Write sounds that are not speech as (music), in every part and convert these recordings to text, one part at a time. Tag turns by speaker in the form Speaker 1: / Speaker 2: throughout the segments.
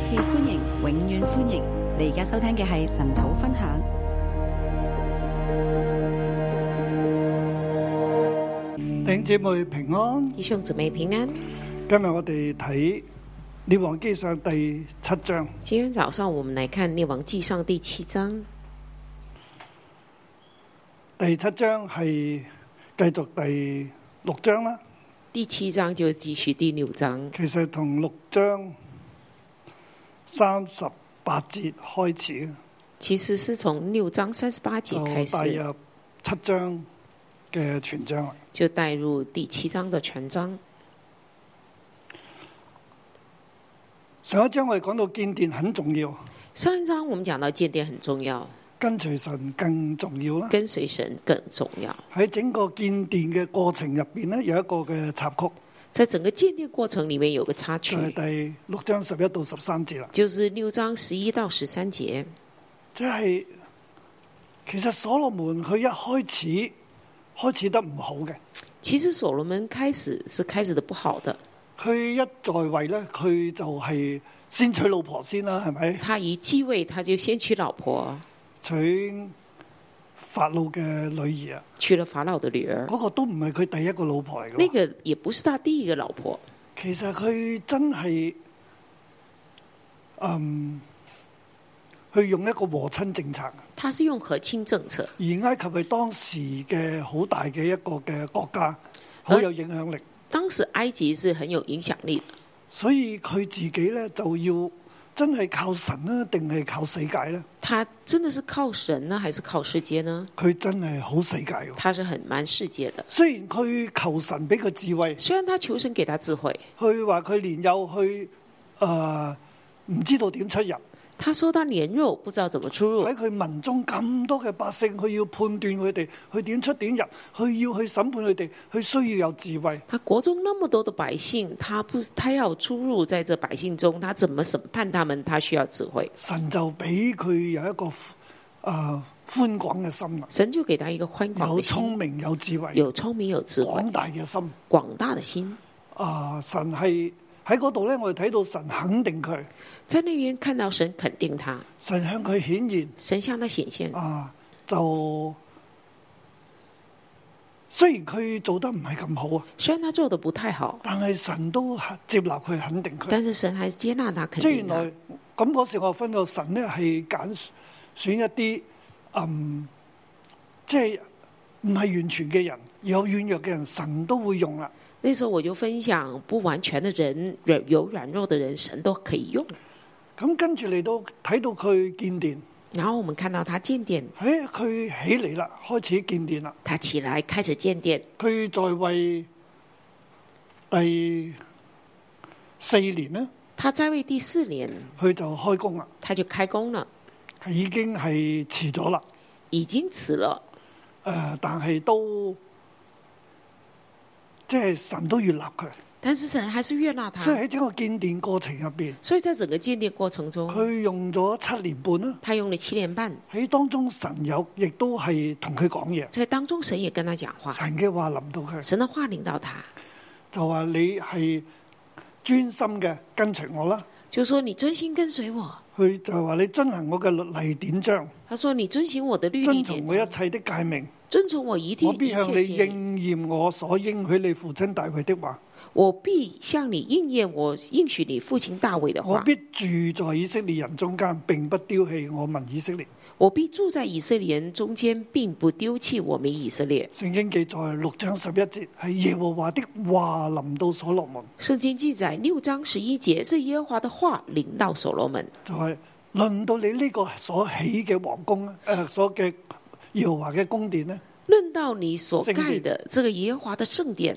Speaker 1: 次歡迎，永遠歡迎！你而家收聽嘅係神土分享。
Speaker 2: 弟兄姊妹平安，
Speaker 3: 弟兄姊妹平安。
Speaker 2: 今日我哋睇《列王紀上》第七章，
Speaker 3: 今天早上我們來看《列王紀上》第七章。
Speaker 2: 第七章係繼續第六章啦。
Speaker 3: 第七章就繼續第六章，
Speaker 2: 其實同六章三十八節開始嘅，
Speaker 3: 其實是從六章三十八節開
Speaker 2: 就帶
Speaker 3: 始，
Speaker 2: 入七章嘅全章啦。
Speaker 3: 就帶入第七章的全章。
Speaker 2: 上一章我哋講到建殿很重要，
Speaker 3: 上一章我們講到間諜很重要，
Speaker 2: 跟隨神更重要啦。
Speaker 3: 跟隨神更重要。
Speaker 2: 喺整個建殿嘅過程入邊呢，有一個嘅插曲，
Speaker 3: 在整個間諜過程裡面有個插曲
Speaker 2: 就，係第六章十一到十三節啦。
Speaker 3: 就是六章十一到十三節。
Speaker 2: 即係其實所羅門佢一開始開始得唔好嘅，
Speaker 3: 其實所羅門開始是開始的不好的，
Speaker 2: 佢一在位咧，佢就係先娶老婆先啦，係咪？
Speaker 3: 他一繼位他就先娶老婆，
Speaker 2: 娶法老嘅女兒啊，
Speaker 3: 娶了法老的女兒
Speaker 2: 嗰、。個都唔係佢第一個老婆嚟
Speaker 3: 那
Speaker 2: 嘅喎。
Speaker 3: 個也不是他第一個老婆，
Speaker 2: 其實佢真係嗯，去用一個和親政策，啊
Speaker 3: 他是用和親政策。
Speaker 2: 而埃及係當時嘅好大嘅一個嘅國家，好有影響力。
Speaker 3: 當時埃及是很有影響力的，
Speaker 2: 所以佢自己咧就要真係靠神啦，定係靠世界咧？
Speaker 3: 他真的是靠神呢，還是靠世界呢？
Speaker 2: 佢真係好世界喎。
Speaker 3: 他是很蠻世界的。
Speaker 2: 雖然佢求神俾佢智慧，
Speaker 3: 雖然他求神給他智慧，
Speaker 2: 佢話佢年幼，佢誒呃唔知道點出入。
Speaker 3: 他說他年幼，不知道怎麼出入
Speaker 2: 喺。佢民中咁多嘅百姓，佢要判斷佢哋，佢點出點入，佢要去審判佢哋，佢需要有智慧。
Speaker 3: 他國中那麼多的百姓，他不，他要出入在這百姓中，他怎麼審判他們？他需要智慧。
Speaker 2: 神就俾佢有一個誒、呃、寬廣嘅心啦，
Speaker 3: 神就給他一個寬廣
Speaker 2: 有
Speaker 3: 的心，
Speaker 2: 聰明有智慧，
Speaker 3: 有聰明有智慧，
Speaker 2: 廣大嘅心。
Speaker 3: 廣大的心。
Speaker 2: 啊！神係喺嗰度咧，我哋睇到神肯定佢，
Speaker 3: 在那邊看到神肯定他，
Speaker 2: 神向佢顯現
Speaker 3: 神向他顯現。
Speaker 2: 啊！就雖然佢做得唔係咁好啊，
Speaker 3: 雖然他做的不太好，
Speaker 2: 但係神都接納佢，肯定佢。
Speaker 3: 但是神還是接納他，肯
Speaker 2: 即係
Speaker 3: 定啊
Speaker 2: 原
Speaker 3: 他
Speaker 2: 來。咁嗰時我分到神咧係揀選一啲嗯，即係唔係完全嘅人，有軟弱嘅人，神都會用啦。
Speaker 3: 那時候我就分享，不完全的人，软有软弱的人，神都可以用。
Speaker 2: 咁跟住嚟到睇到佢建殿，
Speaker 3: 然後我們看到他建殿，
Speaker 2: 喺佢起嚟啦，開始建殿啦。
Speaker 3: 他起來開始建殿，
Speaker 2: 佢在位第四年呢，
Speaker 3: 他在位第四年，
Speaker 2: 佢就開工啦，
Speaker 3: 他就開工了，
Speaker 2: 係已經係遲咗啦。
Speaker 3: 已經辭了，
Speaker 2: 誒、但係都即係神都悦納佢，
Speaker 3: 但是神還是悅納他
Speaker 2: 所以。喺整個建殿過程入邊，
Speaker 3: 所以在整個建殿過程中，
Speaker 2: 佢用咗七年半啦。
Speaker 3: 他用了七年半，
Speaker 2: 喺當中神有亦都係同佢講嘢，
Speaker 3: 在當中神也跟他講話，
Speaker 2: 神嘅話臨到佢，
Speaker 3: 神的話領導他，
Speaker 2: 就話你係專心嘅跟隨我啦。
Speaker 3: 就說你遵心跟隨我。
Speaker 2: 佢就話你遵行我嘅律例典章，
Speaker 3: 他說你遵行我的律例
Speaker 2: 遵從
Speaker 3: 典
Speaker 2: 我一
Speaker 3: 章，
Speaker 2: 切的誡命。
Speaker 3: 遵從我一定
Speaker 2: 我
Speaker 3: 一
Speaker 2: 必
Speaker 3: 切
Speaker 2: 向你
Speaker 3: 誡命
Speaker 2: 應驗我所應許你父親大衛的話，
Speaker 3: 我必向你應驗我應許你父親大衛的
Speaker 2: 我
Speaker 3: 話。
Speaker 2: 必住在以色列人中間，並不丟棄我民以色列。
Speaker 3: 我必住在以色列人中間，並不丟棄我们以色列。
Speaker 2: 聖經記載六章十一節係耶和華的話臨到所羅門，
Speaker 3: 聖經記載六章十一節，是耶和華的話臨到所羅門，
Speaker 2: 就係、論到你呢個所起嘅皇宮咧，誒、所嘅耶和華嘅宮殿呢，
Speaker 3: 論到你所蓋的這個耶和華的聖殿，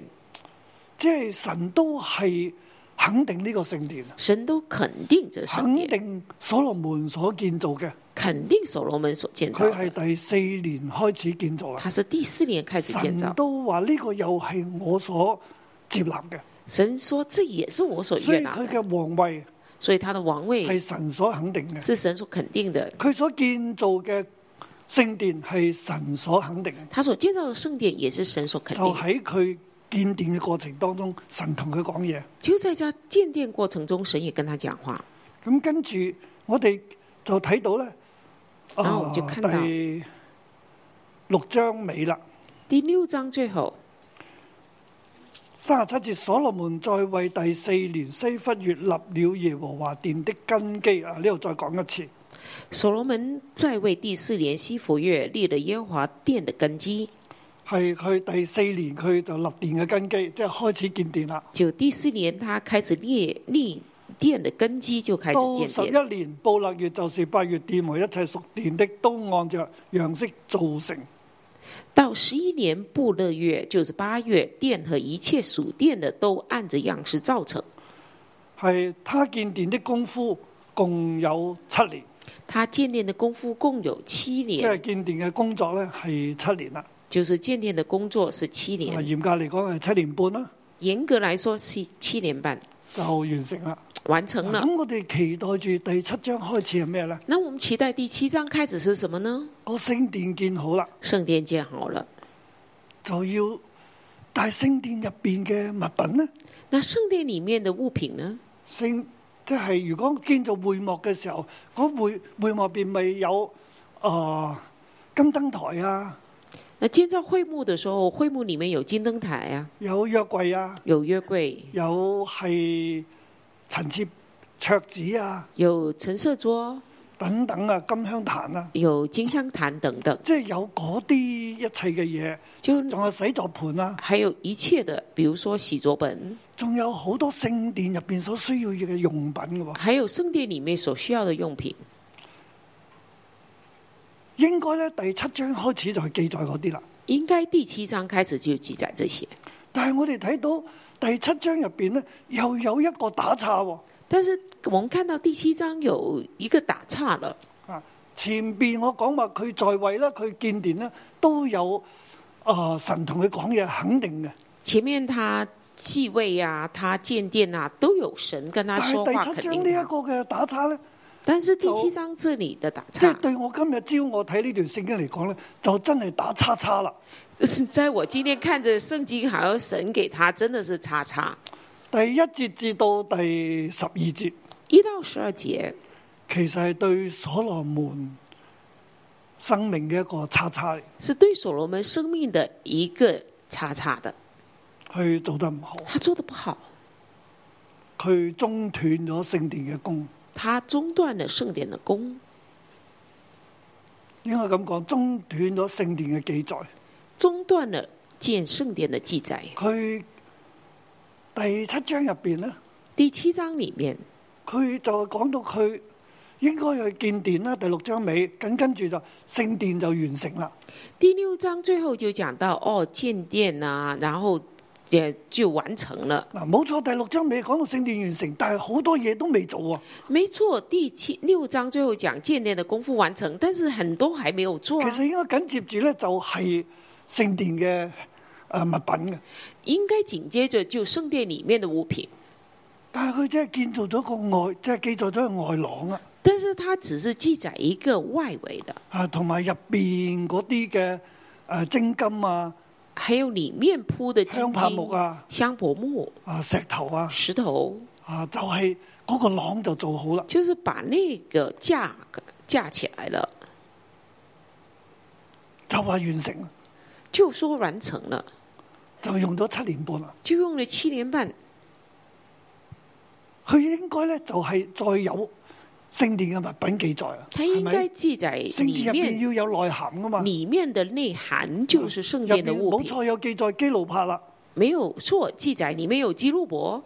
Speaker 2: 即係神都係肯定呢個聖殿，
Speaker 3: 神都肯定這聖
Speaker 2: 肯
Speaker 3: 殿，
Speaker 2: 定所羅門所建造嘅，
Speaker 3: 肯定所羅門所建造
Speaker 2: 佢係
Speaker 3: 的。
Speaker 2: 第四年開始建造啦。
Speaker 3: 他是第四年開始建
Speaker 2: 神
Speaker 3: 造，
Speaker 2: 都話呢個又係我所接納嘅，
Speaker 3: 神說這也是我所
Speaker 2: 所以
Speaker 3: 悅納
Speaker 2: 佢
Speaker 3: 的，
Speaker 2: 嘅皇位
Speaker 3: 所以他的王
Speaker 2: 係
Speaker 3: 位
Speaker 2: 神所肯定嘅，
Speaker 3: 是神所肯定的，
Speaker 2: 佢所建造嘅聖殿係神所肯定嘅，
Speaker 3: 他所建造的聖殿也是神所肯
Speaker 2: 就
Speaker 3: 定的。
Speaker 2: 喺佢建殿嘅過程當中，神同佢講嘢，
Speaker 3: 就在他建殿過程中，神也跟他講話。
Speaker 2: 咁跟住我哋就睇到咧，
Speaker 3: 然後我
Speaker 2: 啊
Speaker 3: 們就看到
Speaker 2: 第六章尾啦，
Speaker 3: 第六章最後
Speaker 2: 三十七節，所羅門在為第四年西弗月立了耶和華殿的根基啊！呢度再講一次，
Speaker 3: 所羅門在位第四年西弗月立了耶和華殿的根基，
Speaker 2: 係佢第四年佢就立殿嘅根基，即係開始建殿啦。
Speaker 3: 就第四年他開始立立殿的根基就開
Speaker 2: 到
Speaker 3: 始
Speaker 2: 十
Speaker 3: 建殿。
Speaker 2: 一年布勒月就是八月，殿和一切屬殿的都按着樣式造成。
Speaker 3: 到十一年布勒月就是八月，殿和一切屬殿的都按着樣式造成。
Speaker 2: 係他建殿的功夫共有七年，
Speaker 3: 他建殿的功夫共有七
Speaker 2: 即係
Speaker 3: 年，
Speaker 2: 建殿嘅工作呢係七年啦。
Speaker 3: 就是建殿的工作是七
Speaker 2: 嗱，
Speaker 3: 年，
Speaker 2: 嚴格嚟講係七年半啦，
Speaker 3: 嚴格來說是七年半
Speaker 2: 就完成啦。啊
Speaker 3: 完成了。
Speaker 2: 咁我哋期待住第七章開始係咩呢？
Speaker 3: 那我們期待第七章開始是什麼呢？
Speaker 2: 個聖殿建好啦，
Speaker 3: 聖殿建好了，
Speaker 2: 就要但係聖殿入邊嘅物品呢？
Speaker 3: 那聖殿裡面的物品呢？
Speaker 2: 聖即係如果建造會幕嘅時候，嗰會會幕入邊咪有啊金燈台啊，
Speaker 3: 那建造會幕的時候，會幕裡面有金燈台啊，
Speaker 2: 有約櫃啊，
Speaker 3: 有約櫃，
Speaker 2: 有係陳設桌子啊。
Speaker 3: 有陳設桌，
Speaker 2: 等等啊，金香壇啊，
Speaker 3: 有金香壇等等，
Speaker 2: 即係有嗰啲一切嘅
Speaker 3: 就
Speaker 2: 嘢，仲有洗作盤啊，
Speaker 3: 還有一切的，比如說洗濯本，
Speaker 2: 仲有好多聖殿入邊所需要嘅用品嘅喎。
Speaker 3: 還有聖殿裡面所需要的用品。
Speaker 2: 應該咧第七章開始就係記載嗰啲啦。
Speaker 3: 應該第七章開始就記載這些，
Speaker 2: 但係我哋睇到第七章入邊咧，又有一個打岔喎、
Speaker 3: 但是我們看到第七章有一個打岔了。
Speaker 2: 啊，前邊我講話佢在位啦，佢建殿咧都有啊、神同佢講嘢，肯定嘅。
Speaker 3: 前面他繼位啊，他建殿啊，都有神跟他
Speaker 2: 但
Speaker 3: 說話
Speaker 2: 哎係第七
Speaker 3: 肯
Speaker 2: 章
Speaker 3: 定
Speaker 2: 呢一
Speaker 3: 他。
Speaker 2: 個嘅打岔咧。
Speaker 3: 但是第七章這裡的打
Speaker 2: 即係
Speaker 3: 岔，
Speaker 2: 對我今日朝我睇呢段聖經嚟講咧，就真係打叉叉啦。
Speaker 3: (laughs) 在我今天看着聖經，好像神給他真的是叉叉
Speaker 2: 第一節至到第十二節，
Speaker 3: 一到十二節，
Speaker 2: 其實係對所羅門生命嘅一個叉叉嚟，
Speaker 3: 是對所羅門生命的一個叉叉的，
Speaker 2: 佢做得唔好，
Speaker 3: 他做的不好，
Speaker 2: 佢中斷咗聖殿嘅功，
Speaker 3: 他中斷了聖殿的功，
Speaker 2: 應該咁講，中斷咗聖殿嘅記載。
Speaker 3: 中斷了建聖殿的記載。
Speaker 2: 佢第七章入邊咧，
Speaker 3: 第七章裡面，
Speaker 2: 佢就講到佢應該去建殿啦，第六章尾，緊跟住就聖殿就完成啦。
Speaker 3: 第六章最後就講到哦，建殿啊，然後也就完成了。
Speaker 2: 嗱，冇錯，第六章未講到聖殿完成，但係好多嘢都未做喎。
Speaker 3: 没錯，第七六章最後講建殿的功夫完成，但是很多還沒有做、
Speaker 2: 其
Speaker 3: 啊。
Speaker 2: 實應該緊接住咧，就係聖殿嘅誒物品嘅，
Speaker 3: 應該緊接着就聖殿裡面的物品，
Speaker 2: 但係佢只係建造咗個外，即係記載咗個外廊啊，
Speaker 3: 但是它只是記載一個外圍的，
Speaker 2: 啊，同埋入邊嗰啲嘅誒精金啊、
Speaker 3: 還有裡面鋪的金
Speaker 2: 香柏木
Speaker 3: 金、
Speaker 2: 啊、
Speaker 3: 香柏木、
Speaker 2: 啊石頭啊，
Speaker 3: 石頭，
Speaker 2: 啊就係、嗰個廊就做好啦。
Speaker 3: 就是把那個架架起來了，
Speaker 2: 就話完成啦，
Speaker 3: 就說完成了，
Speaker 2: 就用咗七年半啦。
Speaker 3: 就用了七年半。
Speaker 2: 佢應該咧就係、再有聖殿嘅物品記載啦，
Speaker 3: 它應
Speaker 2: 係
Speaker 3: 該
Speaker 2: 咪？
Speaker 3: 記載
Speaker 2: 聖殿
Speaker 3: 裡
Speaker 2: 入邊
Speaker 3: 面
Speaker 2: 要有內涵噶嘛。
Speaker 3: 裡面的內涵，就是聖殿的
Speaker 2: 入面
Speaker 3: 物
Speaker 2: 冇
Speaker 3: 品，
Speaker 2: 錯，啊有記載基路柏啦，
Speaker 3: 沒有錯，記載裡面有基路伯，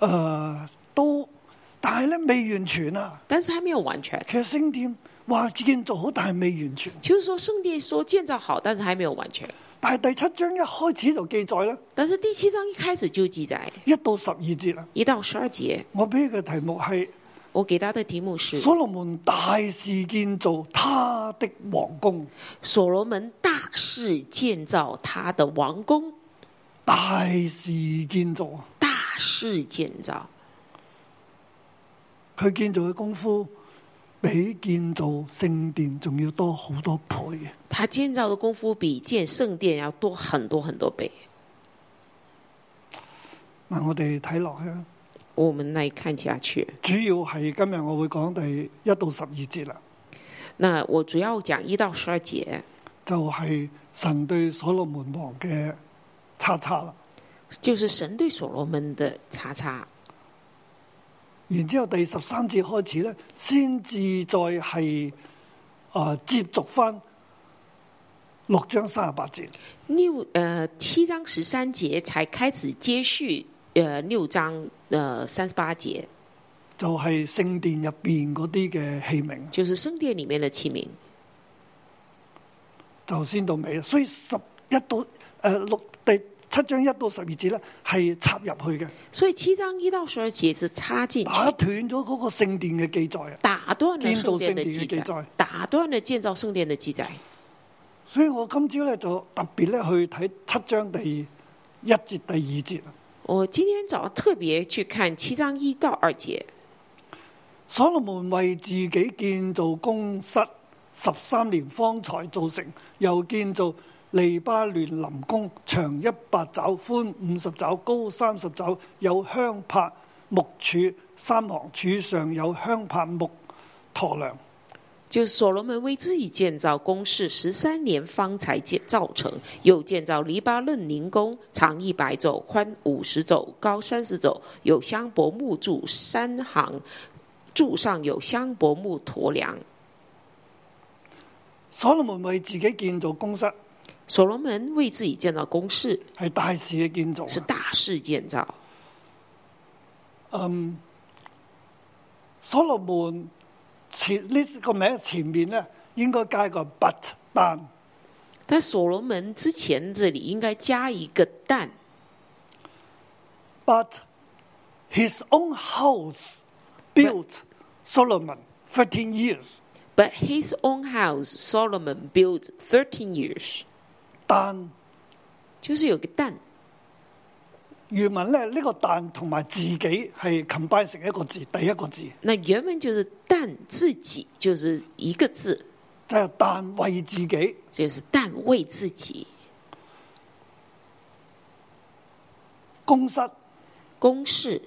Speaker 2: 誒、呃都，但係咧未完全啊。
Speaker 3: 但是還沒有完全。
Speaker 2: 其實聖殿話自建做好，但係未完全。
Speaker 3: 就是說，聖殿說建造好，但是還沒有完全。
Speaker 2: 但係第七章一開始就記載啦，
Speaker 3: 但是第七章一開始就記載
Speaker 2: 一到十二節啦。
Speaker 3: 一到十二節，
Speaker 2: 我俾佢嘅題目係
Speaker 3: 我給他的題目是
Speaker 2: 所羅門大事建造他的王宮，
Speaker 3: 所羅門大事建造他的王宮，
Speaker 2: 大事建造，
Speaker 3: 大事建造，
Speaker 2: 佢建造嘅功夫比建造聖殿仲要多好多倍嘅。
Speaker 3: 他建造的功夫比建聖殿要多很多很多倍。
Speaker 2: 嗱，我哋睇落去啊，
Speaker 3: 我们来看下去。
Speaker 2: 主要係今日我會講第一到十二節啦，
Speaker 3: 那我主要讲一到十二节，
Speaker 2: 就係神對所羅門王嘅叉叉啦。
Speaker 3: 就是神对所罗门的查查。
Speaker 2: 然之後第十三節開始咧，先至再係啊、接續翻六章三十八節，
Speaker 3: 六呃七章十三节才开始接续呃六章呃三十八节，
Speaker 2: 就係、聖殿入邊嗰啲嘅器皿，
Speaker 3: 就是圣殿里面的器皿。
Speaker 2: 就先到尾啦。所以十一到誒、呃六第七章一到十二節咧係插入去嘅，
Speaker 3: 所以七章一到十二节是插进去，
Speaker 2: 打斷咗嗰個聖殿嘅記載啊。
Speaker 3: 打断了
Speaker 2: 建造
Speaker 3: 圣殿的
Speaker 2: 圣殿
Speaker 3: 记
Speaker 2: 的记
Speaker 3: 载
Speaker 2: 载，
Speaker 3: 打断了建造圣殿的记载。
Speaker 2: 所以我今朝咧就特別咧去睇七章第一節第二節啊。
Speaker 3: 我今天早上特别去看七章一到二节，
Speaker 2: 所羅門為自己建造宮室十三年，方才造成，又建造利巴嫩林宮，長一百肘，寬五十肘，高三十肘，有香柏木柱三行，柱上有香柏木陀梁。
Speaker 3: 就是所罗门为自己建造宫室，十三年方才建造成，又建造黎巴嫩宁宫，长一百肘，宽五十肘，高三十肘，有香柏木柱三行，柱上有香柏木驼梁。
Speaker 2: 所羅門為自己建造宮室
Speaker 3: 所罗门为自己建造宫室
Speaker 2: 係大事嘅建造啊，
Speaker 3: 是大事建造，
Speaker 2: 所羅門前呢個名前面咧應該加一個 but 但。
Speaker 3: 但所罗门之前这里应该加一个但，
Speaker 2: But his own house built Solomon 13 years.
Speaker 3: But his own house Solomon built thirteen years，
Speaker 2: 但
Speaker 3: 就是有个但。
Speaker 2: 原文咧呢、呢個但同埋自己係 combine 成一個字，第一個字
Speaker 3: 那原文就是但自己，就是一个字，
Speaker 2: 就係、但為自己。
Speaker 3: 就是但为自己。
Speaker 2: 公室
Speaker 3: 公式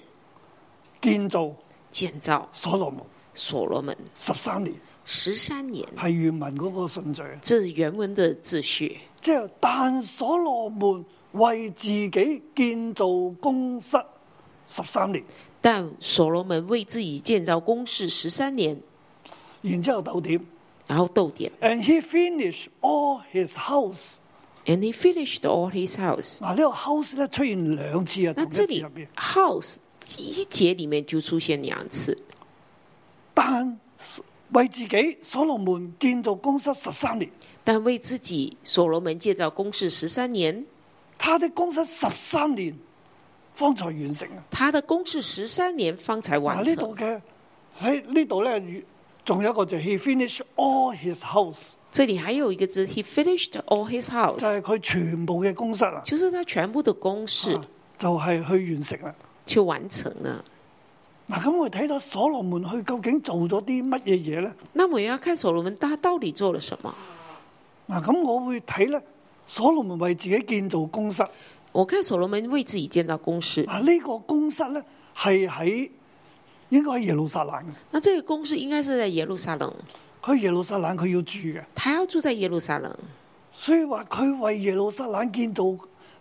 Speaker 2: 建造
Speaker 3: 建造
Speaker 2: 所羅門
Speaker 3: 所罗门
Speaker 2: 十三年
Speaker 3: 十三年，
Speaker 2: 係原文嗰個順序，啊
Speaker 3: 这是原文的秩序。
Speaker 2: 即係但所羅門為自己建造公室十三年，
Speaker 3: 但所罗门为自己建造公式十三年，
Speaker 2: 然之後逗點
Speaker 3: 然后逗点
Speaker 2: ，and he finished all his house。
Speaker 3: ，and he finished all his house。
Speaker 2: 嗱，呢個 house 咧出現兩次啊，同
Speaker 3: 那
Speaker 2: 一
Speaker 3: 这
Speaker 2: 節
Speaker 3: 里
Speaker 2: 入面，
Speaker 3: house 一节里面就出现两次，
Speaker 2: 但為自己所羅門建造公室十三年，
Speaker 3: 但为自己所罗门建造公式十三年，
Speaker 2: 他的公室十三年方才完成啊！
Speaker 3: 他的公式十三年方才
Speaker 2: 嗱，
Speaker 3: 完
Speaker 2: 呢
Speaker 3: 成。
Speaker 2: 度嘅喺呢度咧，仲有一個就係 he finished all his house，
Speaker 3: 这里还有一个字，He finished all his
Speaker 2: 就
Speaker 3: house，
Speaker 2: 係佢全部嘅公室啊，
Speaker 3: 就是他全部的公式
Speaker 2: 啊就係去完成啦。
Speaker 3: 去完成了。
Speaker 2: 嗱，咁我哋睇到所羅門佢究竟做咗啲乜嘢嘢咧？
Speaker 3: 那我们要看所罗门他到底做了什么？
Speaker 2: 嗱，咁我會睇咧，所羅門為自己建造公室。
Speaker 3: 我看所罗门为自己建造公式，
Speaker 2: 嗱，啊呢個公室咧係喺應該喺耶路撒冷嘅，
Speaker 3: 那这个公式应该是在耶路撒冷，
Speaker 2: 佢喺耶路撒冷佢要住嘅，
Speaker 3: 他要住在耶路撒冷，
Speaker 2: 所以話佢為耶路撒冷建造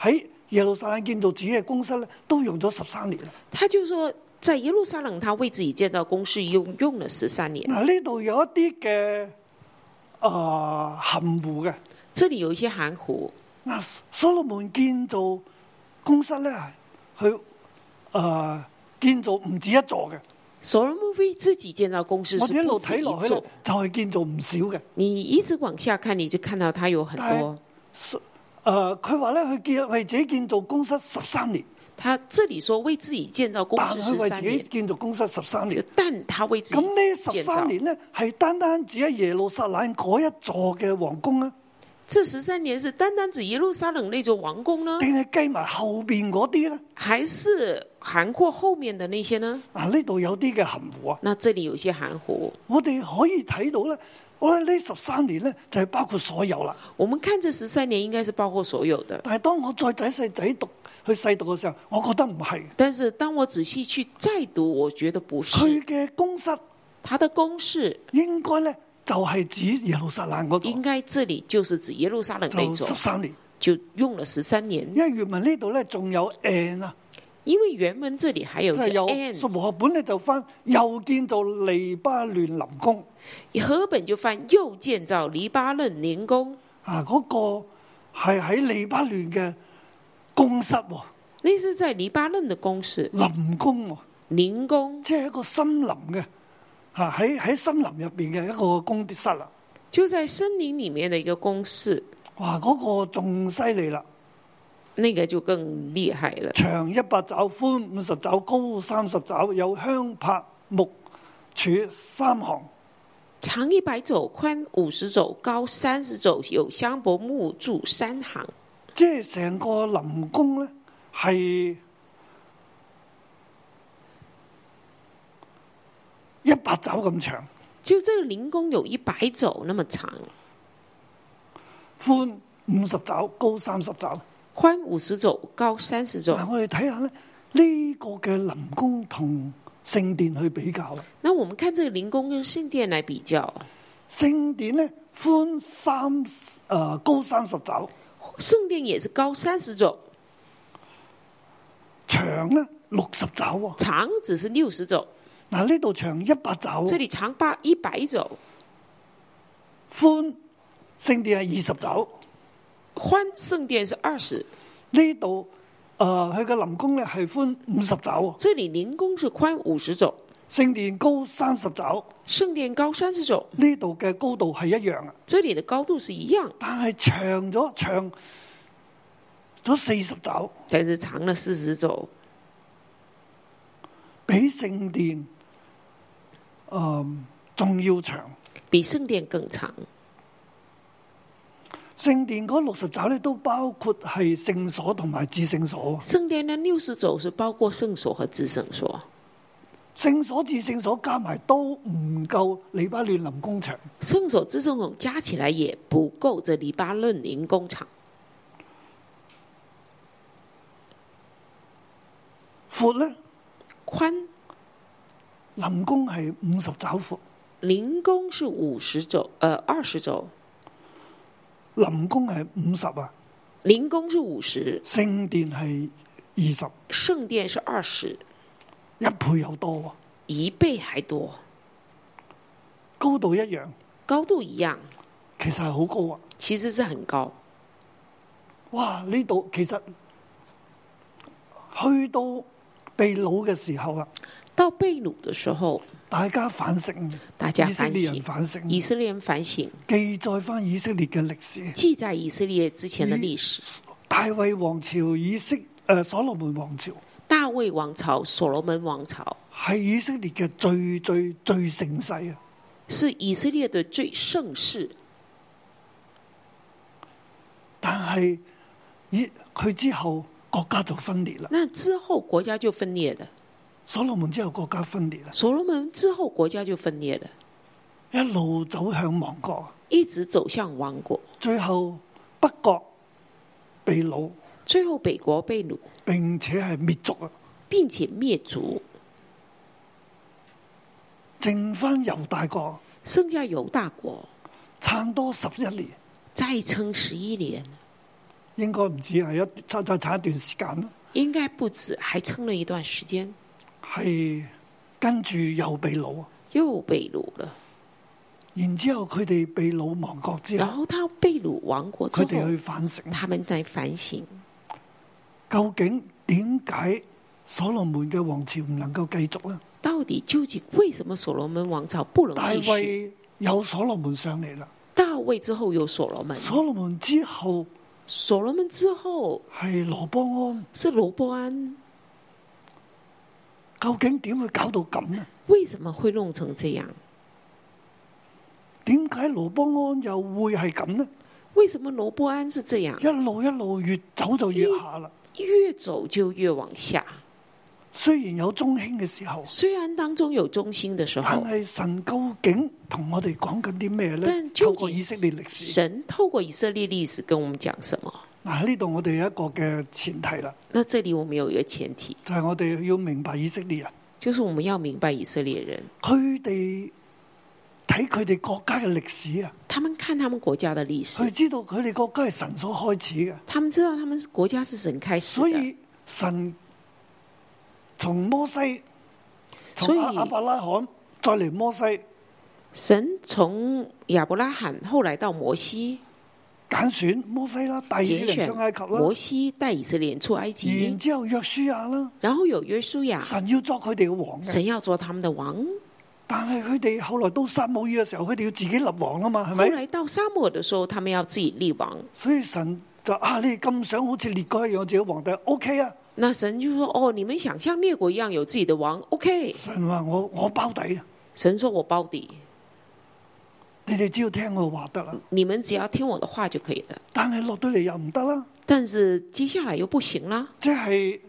Speaker 2: 喺耶路撒冷建造自己嘅公室咧，都用咗十三年啦。
Speaker 3: 他就说在耶路撒冷他为自己建造公式用用了十三年。
Speaker 2: 嗱，呢度有一啲嘅啊含糊嘅，
Speaker 3: 这里有一些含糊，
Speaker 2: 嗱，所羅門建造公室咧，佢啊、建造唔止一座嘅，
Speaker 3: 所罗门为自己建造公式
Speaker 2: 我
Speaker 3: 是
Speaker 2: 哋一
Speaker 3: 不
Speaker 2: 路
Speaker 3: 止
Speaker 2: 睇
Speaker 3: 一
Speaker 2: 落去咧
Speaker 3: 座，，
Speaker 2: 就係建造唔少嘅。
Speaker 3: 你一直往下看，你就看到他有很
Speaker 2: 但
Speaker 3: 多
Speaker 2: 是。诶、呃佢話咧，佢建為自己建造公室十三年。
Speaker 3: 他这里说为自己建造公
Speaker 2: 但
Speaker 3: 司
Speaker 2: 佢
Speaker 3: 十
Speaker 2: 為自
Speaker 3: 三
Speaker 2: 己
Speaker 3: 年，
Speaker 2: 建造公室十三
Speaker 3: 就
Speaker 2: 年。
Speaker 3: 但他为自
Speaker 2: 咁呢
Speaker 3: 己
Speaker 2: 十
Speaker 3: 建造
Speaker 2: 三年呢，係單單只喺耶路撒冷嗰一座嘅皇宮啊，
Speaker 3: 这十三年是单单指耶路撒冷那座王宫呢，
Speaker 2: 定係計埋後边嗰啲呢？
Speaker 3: 还是涵括后面的那些呢？
Speaker 2: 啊，呢度有啲嘅含糊啊，
Speaker 3: 那这里有一些含糊。
Speaker 2: 我哋可以睇到咧，我喺呢十三年咧就係包括所有啦。
Speaker 3: 我们看这十三年应该是包括所有的，
Speaker 2: 但係當我再仔細仔讀去細讀嘅時候，我覺得唔係
Speaker 3: 但是当我仔细去再读，我觉得不是
Speaker 2: 佢嘅公室
Speaker 3: 它的公式，
Speaker 2: 應該咧就係指耶路撒冷嗰
Speaker 3: 应
Speaker 2: 度，
Speaker 3: 该这里就是指耶路撒冷那
Speaker 2: 就
Speaker 3: 座
Speaker 2: 十，三年。
Speaker 3: 就用了十三年，
Speaker 2: 因為原文呢度咧仲有 and 啊，
Speaker 3: 因为原文这里还有
Speaker 2: 即
Speaker 3: 一
Speaker 2: 係
Speaker 3: 个
Speaker 2: 有
Speaker 3: and，
Speaker 2: 和合本咧就翻又建造利巴嫩林宮
Speaker 3: 和本就翻又建造黎巴嫩林宫，
Speaker 2: 啊，嗰、個係喺利巴嫩嘅公室喎，
Speaker 3: 那是在黎巴嫩的宫室，
Speaker 2: 林宮喎。
Speaker 3: 林宫
Speaker 2: 即係一個森林嘅，吓喺喺森林入边嘅一個宮殿室啦。
Speaker 3: 就在森林里面的一个宫室，
Speaker 2: 哇，嗰、個仲犀利啦，
Speaker 3: 那个就更厉害了，
Speaker 2: 長一百肘，寬五十肘，高三十肘，有香柏木柱三行。
Speaker 3: 长一百肘，宽五十肘，高三十肘，有香柏木柱三行。
Speaker 2: 即係成個林宮咧係一百肘咁長，
Speaker 3: 就这个林宫有一百肘那么长，
Speaker 2: 寬五十肘，高三十肘。
Speaker 3: 宽五十肘，高三十肘。
Speaker 2: 嗱，我哋睇下咧呢、個嘅林宮同聖殿去比較啦。
Speaker 3: 那我们看这个林宫跟圣殿来比较，
Speaker 2: 聖殿咧寬三誒、呃高三十肘，
Speaker 3: 圣殿也是高三十肘，
Speaker 2: 長咧六十肘喎。
Speaker 3: 长只是六十肘，
Speaker 2: 嗱呢度長一百肘喎，
Speaker 3: 这里长八一百肘，
Speaker 2: 寬聖殿係二十肘。
Speaker 3: 宽圣殿是二十，
Speaker 2: 呢度誒佢嘅林宮咧係寬五十肘喎，
Speaker 3: 这里林宫是宽五十肘，
Speaker 2: 聖殿高三十肘。
Speaker 3: 圣殿高三十肘，
Speaker 2: 呢度嘅高度係一樣啊，
Speaker 3: 这里的高度是一样，
Speaker 2: 但係長咗長咗四十肘，
Speaker 3: 但是长了四十肘，
Speaker 2: 比聖殿誒、仲要長。
Speaker 3: 比圣殿更长。
Speaker 2: 聖殿嗰六十爪咧，都包括係聖所同埋至聖所喎。
Speaker 3: 圣殿呢六十肘是包括圣所和至圣所，
Speaker 2: 聖所至聖所加埋都唔夠黎巴嫩林工場。
Speaker 3: 圣所至圣所加起来也不够这黎巴嫩林工厂。
Speaker 2: 闊咧，
Speaker 3: 宽
Speaker 2: 林工係五十爪闊，
Speaker 3: 林工是五十肘，呃，二十肘，
Speaker 2: 林工係五十啊，
Speaker 3: 林工是五十，
Speaker 2: 聖殿係二十，
Speaker 3: 圣殿是二十，
Speaker 2: 一倍有多喎，
Speaker 3: 一倍还多，
Speaker 2: 高度一樣，
Speaker 3: 高度一样，
Speaker 2: 其實係好高啊！
Speaker 3: 其实是很高。
Speaker 2: 哇，呢度其實去到被擄嘅時候啦，啊
Speaker 3: 到被掳的时候，
Speaker 2: 大家反省，啊
Speaker 3: 大家
Speaker 2: 以色
Speaker 3: 反
Speaker 2: 列人
Speaker 3: 省，
Speaker 2: 反省，啊
Speaker 3: 以色列人反省，
Speaker 2: 記載翻以色列嘅歷史。
Speaker 3: 记载以色列之前的历史，
Speaker 2: 大衛王朝、以色誒、呃所羅門王朝
Speaker 3: 大卫王朝、所罗门王朝
Speaker 2: 係以色列嘅最最最盛世啊！
Speaker 3: 是以色列的最盛世，
Speaker 2: 但係以佢之後國家就分裂啦，
Speaker 3: 那之后国家就分裂了，
Speaker 2: 所羅門之後國家分裂啦，
Speaker 3: 所罗门之后国家就分裂了，
Speaker 2: 一路走向亡國，
Speaker 3: 一直走向亡国，
Speaker 2: 最後北國被擄
Speaker 3: 最后北国被掳。
Speaker 2: 並且係滅族啊！
Speaker 3: 并且灭族，
Speaker 2: 剩翻猶大國
Speaker 3: 剩下犹大国
Speaker 2: 撐多十一年，
Speaker 3: 再撑十一年，
Speaker 2: 應該唔止係一再再撐一段時間啦，
Speaker 3: 应该不止，还撑了一段时间，
Speaker 2: 係跟住又被擄啊！
Speaker 3: 又被掳了。
Speaker 2: 然之後佢哋被擄亡國之後
Speaker 3: 然。后他被掳亡国之
Speaker 2: 佢哋去
Speaker 3: 后，
Speaker 2: 反省，
Speaker 3: 他们在反省，
Speaker 2: 究竟點解所羅門嘅王朝唔能夠繼續呢？
Speaker 3: 到底究竟为什么所罗门王朝不能
Speaker 2: 大
Speaker 3: 嗯继续？
Speaker 2: 衛有所羅門上嚟啦，
Speaker 3: 大卫之后有所罗门，
Speaker 2: 所羅門之後
Speaker 3: 所罗门之后
Speaker 2: 係羅波安，
Speaker 3: 是罗伯安，
Speaker 2: 究竟點會搞到咁呢？
Speaker 3: 为什么会弄成这样？
Speaker 2: 點解羅波安又會係咁呢？
Speaker 3: 为什么罗伯安是这样
Speaker 2: 一？路一路越走就越下啦。
Speaker 3: 越走就越往下。
Speaker 2: 雖然有中興嘅時候，
Speaker 3: 虽然当中有中心的时
Speaker 2: 但
Speaker 3: 候，
Speaker 2: 係神究竟同我哋講緊啲咩呢？
Speaker 3: 但
Speaker 2: 透
Speaker 3: 究
Speaker 2: 過
Speaker 3: 竟
Speaker 2: 以色列歷史，
Speaker 3: 神透过以色列历史跟我们讲什么？
Speaker 2: 嗱呢度我哋有一個嘅前提啦，
Speaker 3: 那这里我们有一个前提，
Speaker 2: 就係我哋要明白以色列人，
Speaker 3: 就是我们要明白以色列人，
Speaker 2: 佢哋睇佢哋國家嘅歷史啊，
Speaker 3: 他们看他们国家的历史
Speaker 2: 佢，知道佢哋國家係神所開始嘅，
Speaker 3: 他们知道他们是国家是神开始
Speaker 2: 所
Speaker 3: 的，
Speaker 2: 以神從摩西，
Speaker 3: 所
Speaker 2: 從
Speaker 3: 以
Speaker 2: 阿阿伯拉罕再嚟摩西揀
Speaker 3: 神从亚伯拉罕后来到摩西
Speaker 2: 選摩西啦，第二次
Speaker 3: 拣
Speaker 2: 嚟
Speaker 3: 选
Speaker 2: 出埃及啦，
Speaker 3: 摩西带以色列人出埃
Speaker 2: 然
Speaker 3: 及，
Speaker 2: 之後約書亞啦。
Speaker 3: 然后有约书亚，
Speaker 2: 神要作佢哋嘅王嘅，
Speaker 3: 啊神要做他们的王。
Speaker 2: 但係佢哋後來到撒姆耳嘅時候，佢哋要自己立王啦嘛，係
Speaker 3: 后
Speaker 2: 咪？
Speaker 3: 来到沙漠的时候，他们要自己立王。
Speaker 2: 所以神就啊，你哋咁想好似列國一樣自己皇帝，OK 啊？
Speaker 3: 那神就说：“哦，你们想像列国一样有自己的王，OK。
Speaker 2: 神話我我包底啊，”
Speaker 3: 神说：“我包底，
Speaker 2: 你哋只要聽我話得啦。
Speaker 3: 你们只要听我的话就可以了。
Speaker 2: 但係落到嚟又唔得啦，”
Speaker 3: 但是接下来又不行啦。
Speaker 2: 即係诶、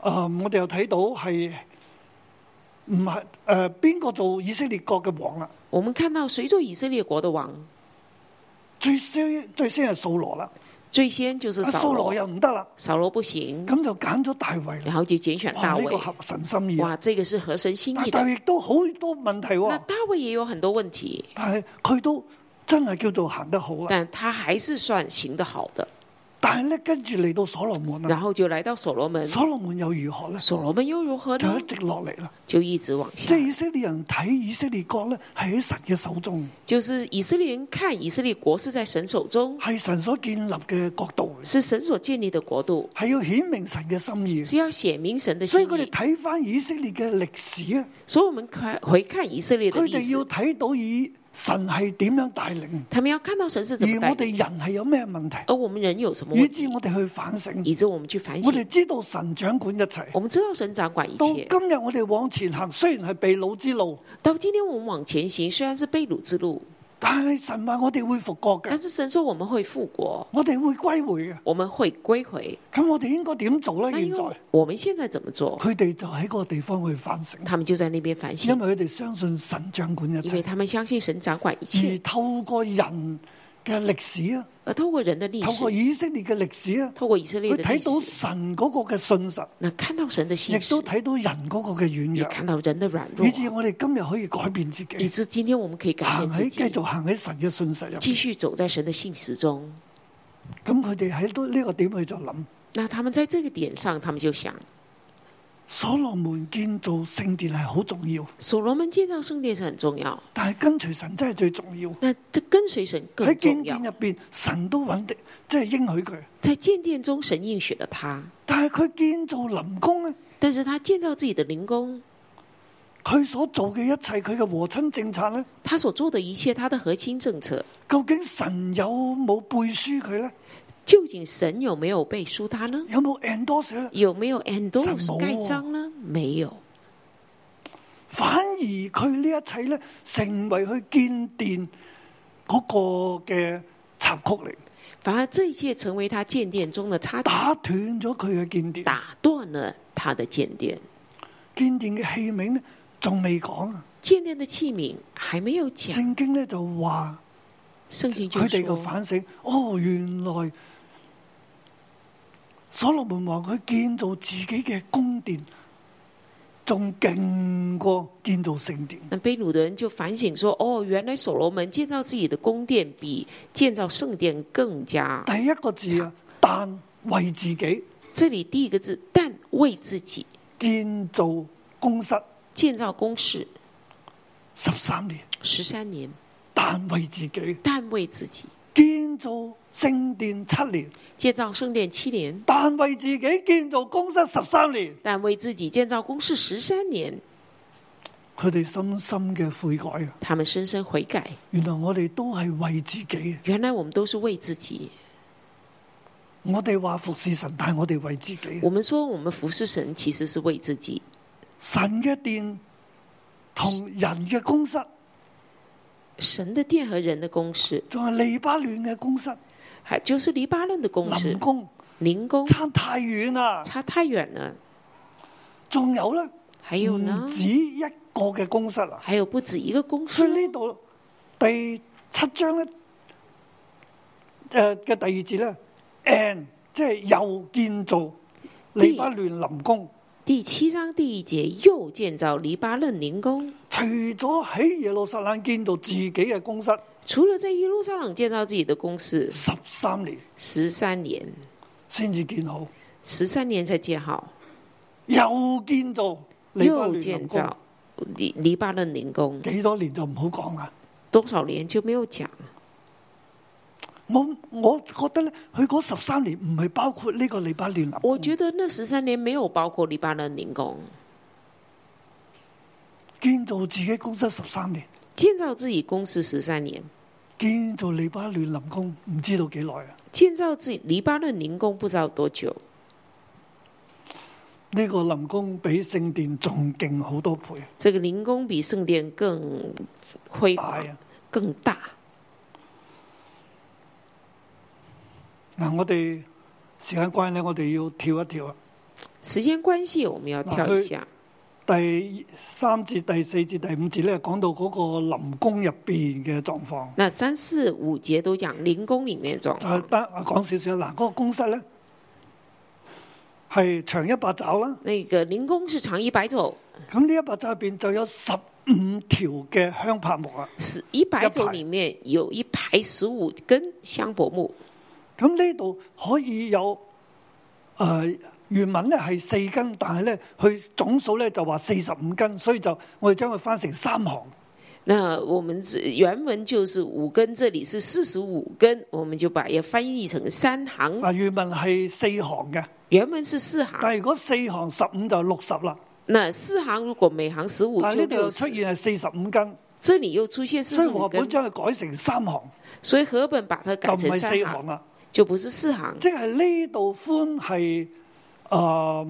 Speaker 2: 呃我哋又睇到係唔係诶边个做以色列國嘅王啦？
Speaker 3: 我们看到谁做以色列国的王，
Speaker 2: 最先最先係掃羅啦，
Speaker 3: 最先就是
Speaker 2: 阿
Speaker 3: 扫
Speaker 2: 啊扫罗
Speaker 3: 罗，
Speaker 2: 又唔得啦，
Speaker 3: 扫罗不行，
Speaker 2: 咁就揀咗大衛啦。
Speaker 3: 然后就拣选
Speaker 2: 哇！
Speaker 3: 嗯大
Speaker 2: 呢、個
Speaker 3: 卫。
Speaker 2: 合神心意啊。
Speaker 3: 哇，这个是合神心
Speaker 2: 但
Speaker 3: 意
Speaker 2: 大
Speaker 3: 的。
Speaker 2: 衛亦都好多問題喎、
Speaker 3: 那大卫也有很多问题，
Speaker 2: 但係佢都真係叫做行得好啦。
Speaker 3: 但他还是算行得好的。
Speaker 2: 但係咧，跟住嚟到所羅門啦，
Speaker 3: 然后就来到所罗门，
Speaker 2: 所羅門又如何咧？
Speaker 3: 所罗门又如何
Speaker 2: 就
Speaker 3: 呢
Speaker 2: 一？直落嚟啦。
Speaker 3: 就一直往
Speaker 2: 即
Speaker 3: 下
Speaker 2: 係。以色列人睇以色列國咧，係喺神嘅手中，
Speaker 3: 就是以色列人看以色列国是在神手中，
Speaker 2: 係神所建立嘅國度，
Speaker 3: 是神所建立的国度，
Speaker 2: 係要顯明神嘅心意。
Speaker 3: 是要显明神的
Speaker 2: 所
Speaker 3: 心
Speaker 2: 以佢哋
Speaker 3: 意。
Speaker 2: 睇翻以色列嘅歷史啊，
Speaker 3: 所以我们看回看以色列的
Speaker 2: 佢
Speaker 3: 历
Speaker 2: 哋要
Speaker 3: 史，
Speaker 2: 睇到以神係點樣帶領，
Speaker 3: 他们要看到神是怎么
Speaker 2: 而
Speaker 3: 带
Speaker 2: 我哋
Speaker 3: 领，
Speaker 2: 人係有咩問題，
Speaker 3: 而我们人有什么
Speaker 2: 以
Speaker 3: 问
Speaker 2: 致
Speaker 3: 题，
Speaker 2: 我哋去反省。
Speaker 3: 以致我们去反
Speaker 2: 我哋
Speaker 3: 省。
Speaker 2: 知道神掌管一切。
Speaker 3: 我们知道神掌管一
Speaker 2: 到
Speaker 3: 切。
Speaker 2: 今日我哋往前行，雖然係被掳之路，
Speaker 3: 到今天我们往前行，虽然是被掳之路，
Speaker 2: 但係神話我哋會復國嘅
Speaker 3: 但，是神说我们会复国，
Speaker 2: 我哋會歸回嘅。
Speaker 3: 我们会归回。
Speaker 2: 咁我哋應該點做
Speaker 3: 那
Speaker 2: 呢？
Speaker 3: 因
Speaker 2: 現在
Speaker 3: 为我们现在怎么做？
Speaker 2: 佢哋就喺嗰個地方去反省，
Speaker 3: 他们就在那边反
Speaker 2: 因
Speaker 3: 省，
Speaker 2: 為佢哋相信神掌管一
Speaker 3: 因为
Speaker 2: 切，
Speaker 3: 他们相信神掌管一
Speaker 2: 而
Speaker 3: 切，
Speaker 2: 透過人嘅歷史啊，
Speaker 3: 而透过人的历
Speaker 2: 透過
Speaker 3: 史，
Speaker 2: 以色列嘅歷史啊，
Speaker 3: 透过以色列
Speaker 2: 佢
Speaker 3: 的历
Speaker 2: 睇到
Speaker 3: 史。
Speaker 2: 神嗰個嘅信實，
Speaker 3: 那看到神的
Speaker 2: 亦
Speaker 3: 信实
Speaker 2: 都，睇到人嗰個嘅軟
Speaker 3: 也
Speaker 2: 弱，
Speaker 3: 看到人的软弱
Speaker 2: 以，至我哋今日可以改變自
Speaker 3: 以
Speaker 2: 己，
Speaker 3: 致今天我们可以改
Speaker 2: 行喺
Speaker 3: 变自
Speaker 2: 繼
Speaker 3: 己，
Speaker 2: 續行喺神嘅信實入
Speaker 3: 继
Speaker 2: 邊。
Speaker 3: 续走在神的信实中。
Speaker 2: 咁佢哋喺呢個點佢就諗。
Speaker 3: 那他们在这个点上，他们就想，
Speaker 2: 所羅門建造聖殿係好重要，
Speaker 3: 所罗门建造圣殿是很重要，
Speaker 2: 但係跟隨神真係最重要。
Speaker 3: 那这跟随神
Speaker 2: 喺
Speaker 3: 更
Speaker 2: 建
Speaker 3: 重
Speaker 2: 殿
Speaker 3: 要。
Speaker 2: 入邊，神都穩定，即係應許佢。
Speaker 3: 在建殿中，神应许了他，
Speaker 2: 但係佢建造林宮咧，
Speaker 3: 但是他建造自己的灵宫，
Speaker 2: 佢所做嘅一切，佢嘅和親政策咧，
Speaker 3: 他所做的一切，他的核心政策，
Speaker 2: 究竟神有冇背書佢咧？
Speaker 3: 究竟神有没有背书他呢？
Speaker 2: 有冇 endorse 咧？
Speaker 3: 有没有
Speaker 2: 啊神
Speaker 3: endorse
Speaker 2: 冇啊
Speaker 3: 盖章呢？没有，
Speaker 2: 反而佢呢一切咧，成為佢建殿嗰個嘅插曲嚟，
Speaker 3: 反而这一切成为他建殿中的插曲，
Speaker 2: 打斷咗佢嘅建殿。
Speaker 3: 打断了他的建殿。
Speaker 2: 建殿嘅器皿咧，仲未講啊。
Speaker 3: 建殿的器皿还没有讲，
Speaker 2: 聖經咧就話。
Speaker 3: 圣经就
Speaker 2: 佢哋嘅
Speaker 3: 说，
Speaker 2: 反省，哦，原來所羅門王佢建造自己嘅宮殿，仲勁過建造聖殿。
Speaker 3: 那被掳的人就反省说，哦，原来所罗门建造自己的宫殿比建造圣殿更加。
Speaker 2: 第一個字啊，但為自己
Speaker 3: 这里第一个字，但为自己
Speaker 2: 建造公室
Speaker 3: 建造宫室
Speaker 2: 十三年，
Speaker 3: 十三年，
Speaker 2: 但為自己
Speaker 3: 但为自己
Speaker 2: 建造聖殿七年，
Speaker 3: 建造圣殿七年，
Speaker 2: 但為自己建造公室十三年。
Speaker 3: 但为自己建造宫室十三年。
Speaker 2: 佢哋深深嘅悔改啊！
Speaker 3: 他们深深悔改，
Speaker 2: 原來我哋都係為自己嘅，
Speaker 3: 原来我们都是为自己。
Speaker 2: 我哋話服侍神，但係我哋為自己。啊
Speaker 3: 我们说我们服侍神其实是为自己，
Speaker 2: 神嘅殿同人嘅公室
Speaker 3: 神的殿和人的公式，
Speaker 2: 仲係利巴嫩嘅公室、
Speaker 3: 还就是黎巴嫩的公式
Speaker 2: 林、宮，
Speaker 3: 灵宫，
Speaker 2: 差太遠啦。
Speaker 3: 差太遠了。
Speaker 2: 仲有咧，
Speaker 3: 还有呢
Speaker 2: 唔，止一個嘅公室啊。
Speaker 3: 还有不止一个公
Speaker 2: 所
Speaker 3: 式
Speaker 2: 以。呢度第七章咧，诶嘅第二節咧，and 即係又建造利巴嫩林宮。
Speaker 3: 第七章第一节又建造黎巴嫩灵宫，
Speaker 2: 除咗喺耶路撒冷建造自己嘅公室
Speaker 3: 除了在耶路撒冷建造自己的公式，
Speaker 2: 十三年
Speaker 3: 十三年，
Speaker 2: 先至建好，
Speaker 3: 十三年才建好，
Speaker 2: 又建造利巴
Speaker 3: 又
Speaker 2: 嫩
Speaker 3: 建
Speaker 2: 林宮
Speaker 3: 造黎黎巴嫩灵宫，
Speaker 2: 幾多年就唔好講啦。
Speaker 3: 多少年就没有讲。
Speaker 2: 我我覺得咧，佢嗰十三年唔係包括呢個利巴嫩林
Speaker 3: 我
Speaker 2: 宮
Speaker 3: 觉得那十三年没有包括黎巴嫩灵宫，
Speaker 2: 建造自己公室十三年，
Speaker 3: 建造自己公司十三年，
Speaker 2: 建造利巴嫩林宮唔知道幾耐啊！
Speaker 3: 建造自己黎巴嫩灵宫不知道多久。
Speaker 2: 呢、個林宮比聖殿仲勁好多倍，啊
Speaker 3: 这个灵宫比圣殿更辉
Speaker 2: 大
Speaker 3: 煌
Speaker 2: 啊！
Speaker 3: 更大。
Speaker 2: 嗱，我哋時間關係咧，我哋要跳一跳啊！
Speaker 3: 时间关系，我们要跳一下。
Speaker 2: 第三節、第四節、第五節咧，講到嗰個林宮入邊嘅狀況，
Speaker 3: 那三四五节都讲灵宫里面状
Speaker 2: 就係
Speaker 3: 况。
Speaker 2: 得啊講少少。嗱，嗰、個公室咧係長一百爪啦，
Speaker 3: 那个灵宫是长一百肘，
Speaker 2: 咁呢一百爪入邊就有十五條嘅香柏木啊。
Speaker 3: 十一百
Speaker 2: 一
Speaker 3: 肘
Speaker 2: 排
Speaker 3: 里面有一排十五根香柏木。
Speaker 2: 咁呢度可以有誒、呃原文咧係四根，但係咧佢總數咧就話四十五根，所以就我哋將佢翻成三行。
Speaker 3: 那我们只原文就是五根，这里是四十五根，我们就把它翻译成三行。
Speaker 2: 嗱，啊原文係四行嘅，
Speaker 3: 原文是四行，
Speaker 2: 但係如果四行十五就六十啦。
Speaker 3: 那四行如果每行十五
Speaker 2: 但係
Speaker 3: 就
Speaker 2: 呢度
Speaker 3: 六
Speaker 2: 又出
Speaker 3: 十，
Speaker 2: 現係四十五根，
Speaker 3: 这里又出现四
Speaker 2: 所以
Speaker 3: 十
Speaker 2: 和
Speaker 3: 五
Speaker 2: 合本
Speaker 3: 根，
Speaker 2: 將佢改成三行，
Speaker 3: 所以和本把它
Speaker 2: 就
Speaker 3: 改
Speaker 2: 唔
Speaker 3: 成
Speaker 2: 係
Speaker 3: 三
Speaker 2: 四行
Speaker 3: 行，
Speaker 2: 啦。
Speaker 3: 就不是四行，
Speaker 2: 即係呢度寬係誒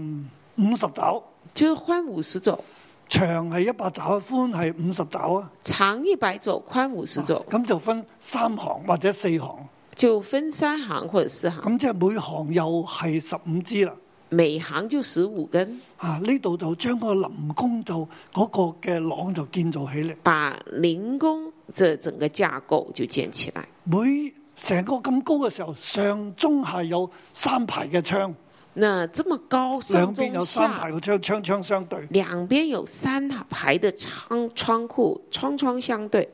Speaker 2: 五十爪，
Speaker 3: 就是宽五十肘，
Speaker 2: 長係一百爪，寬係五十爪啊。
Speaker 3: 长一百肘，宽五十肘，
Speaker 2: 咁就分三行或者四行，
Speaker 3: 就分三行或者四行，
Speaker 2: 咁即係每行又係十五支啦。
Speaker 3: 每行就十五根，
Speaker 2: 啊！呢度就將個林宮就嗰、個嘅廊就建造起嚟，
Speaker 3: 把灵宫这整个架构就建起来。
Speaker 2: 每成個咁高嘅時候，上中下有三排嘅窗，
Speaker 3: 那这么高，上
Speaker 2: 兩邊
Speaker 3: 中
Speaker 2: 有三
Speaker 3: 下
Speaker 2: 排嘅窗，窗窗相對。
Speaker 3: 两边有三排的窗窗户，窗窗相对，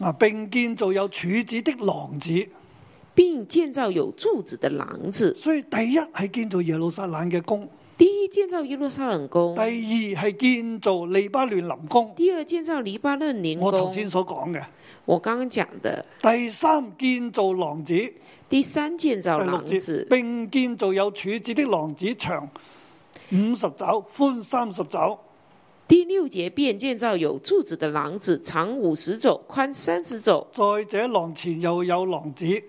Speaker 2: 嗱，啊並建造有柱子的廊子，
Speaker 3: 并建造有柱子的廊子。
Speaker 2: 所以第一係建造耶路撒冷嘅宮，
Speaker 3: 第一建造耶路撒冷宫
Speaker 2: 第，二係建造利巴嫩林宮，
Speaker 3: 第二建造黎巴嫩林
Speaker 2: 我頭
Speaker 3: 宫。
Speaker 2: 先所講嘅。
Speaker 3: 我刚刚讲的
Speaker 2: 第三建造廊子，第
Speaker 3: 第三建造
Speaker 2: 六
Speaker 3: 廊
Speaker 2: 節
Speaker 3: 子，
Speaker 2: 並建造有柱子的廊子，長五十肘，寬三十肘。
Speaker 3: 第六节便建造有柱子的廊子，长五十肘，宽三十肘。
Speaker 2: 再者，廊前又有廊子，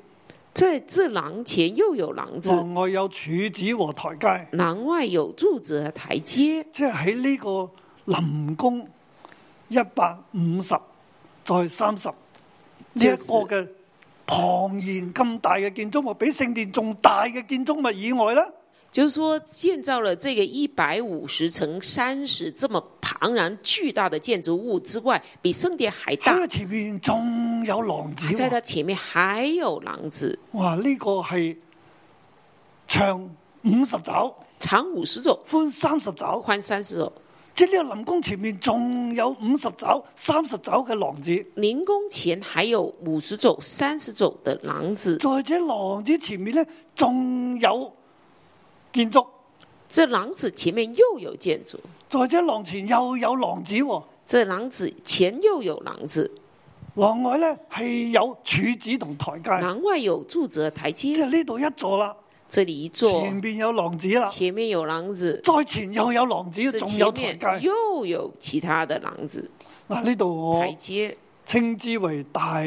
Speaker 3: 在这廊前又有廊子，
Speaker 2: 廊外有柱子和台階，
Speaker 3: 廊外有柱子和台阶，
Speaker 2: 即係喺呢個林宮一百五十再三十呢一
Speaker 3: 就是
Speaker 2: 個嘅龐然咁大嘅建築物，比聖殿仲大嘅建築物以外咧，
Speaker 3: 就是说建造了这个一百五十乘三十这么庞然巨大的建筑物之外，比圣殿还
Speaker 2: 喺
Speaker 3: 大
Speaker 2: 佢。前面仲有廊子喎，
Speaker 3: 在它前面还有廊子，
Speaker 2: 哇！呢、個係長五十肘，
Speaker 3: 长五十肘，
Speaker 2: 寬三十肘，
Speaker 3: 宽三十肘。
Speaker 2: 即係呢個林宮前面仲有五十肘、三十肘嘅廊子。
Speaker 3: 临宫前还有五十肘、三十肘的廊子。
Speaker 2: 在這廊子前面咧，仲有建築；
Speaker 3: 这廊子前面又有建筑，
Speaker 2: 在這廊前又有廊子喎，
Speaker 3: 这廊子前又有廊子，
Speaker 2: 廊外咧係有柱子同台階。
Speaker 3: 廊外有柱子和台
Speaker 2: 即
Speaker 3: 阶。
Speaker 2: 係呢度一座啦，
Speaker 3: 这里一座，
Speaker 2: 前邊有廊子啦，
Speaker 3: 前面有廊子，
Speaker 2: 再前又有廊子，
Speaker 3: 这
Speaker 2: 仲有
Speaker 3: 前
Speaker 2: 台階。
Speaker 3: 面又有其他的廊子、
Speaker 2: 嗱，呢度我
Speaker 3: 台阶。
Speaker 2: 稱之為大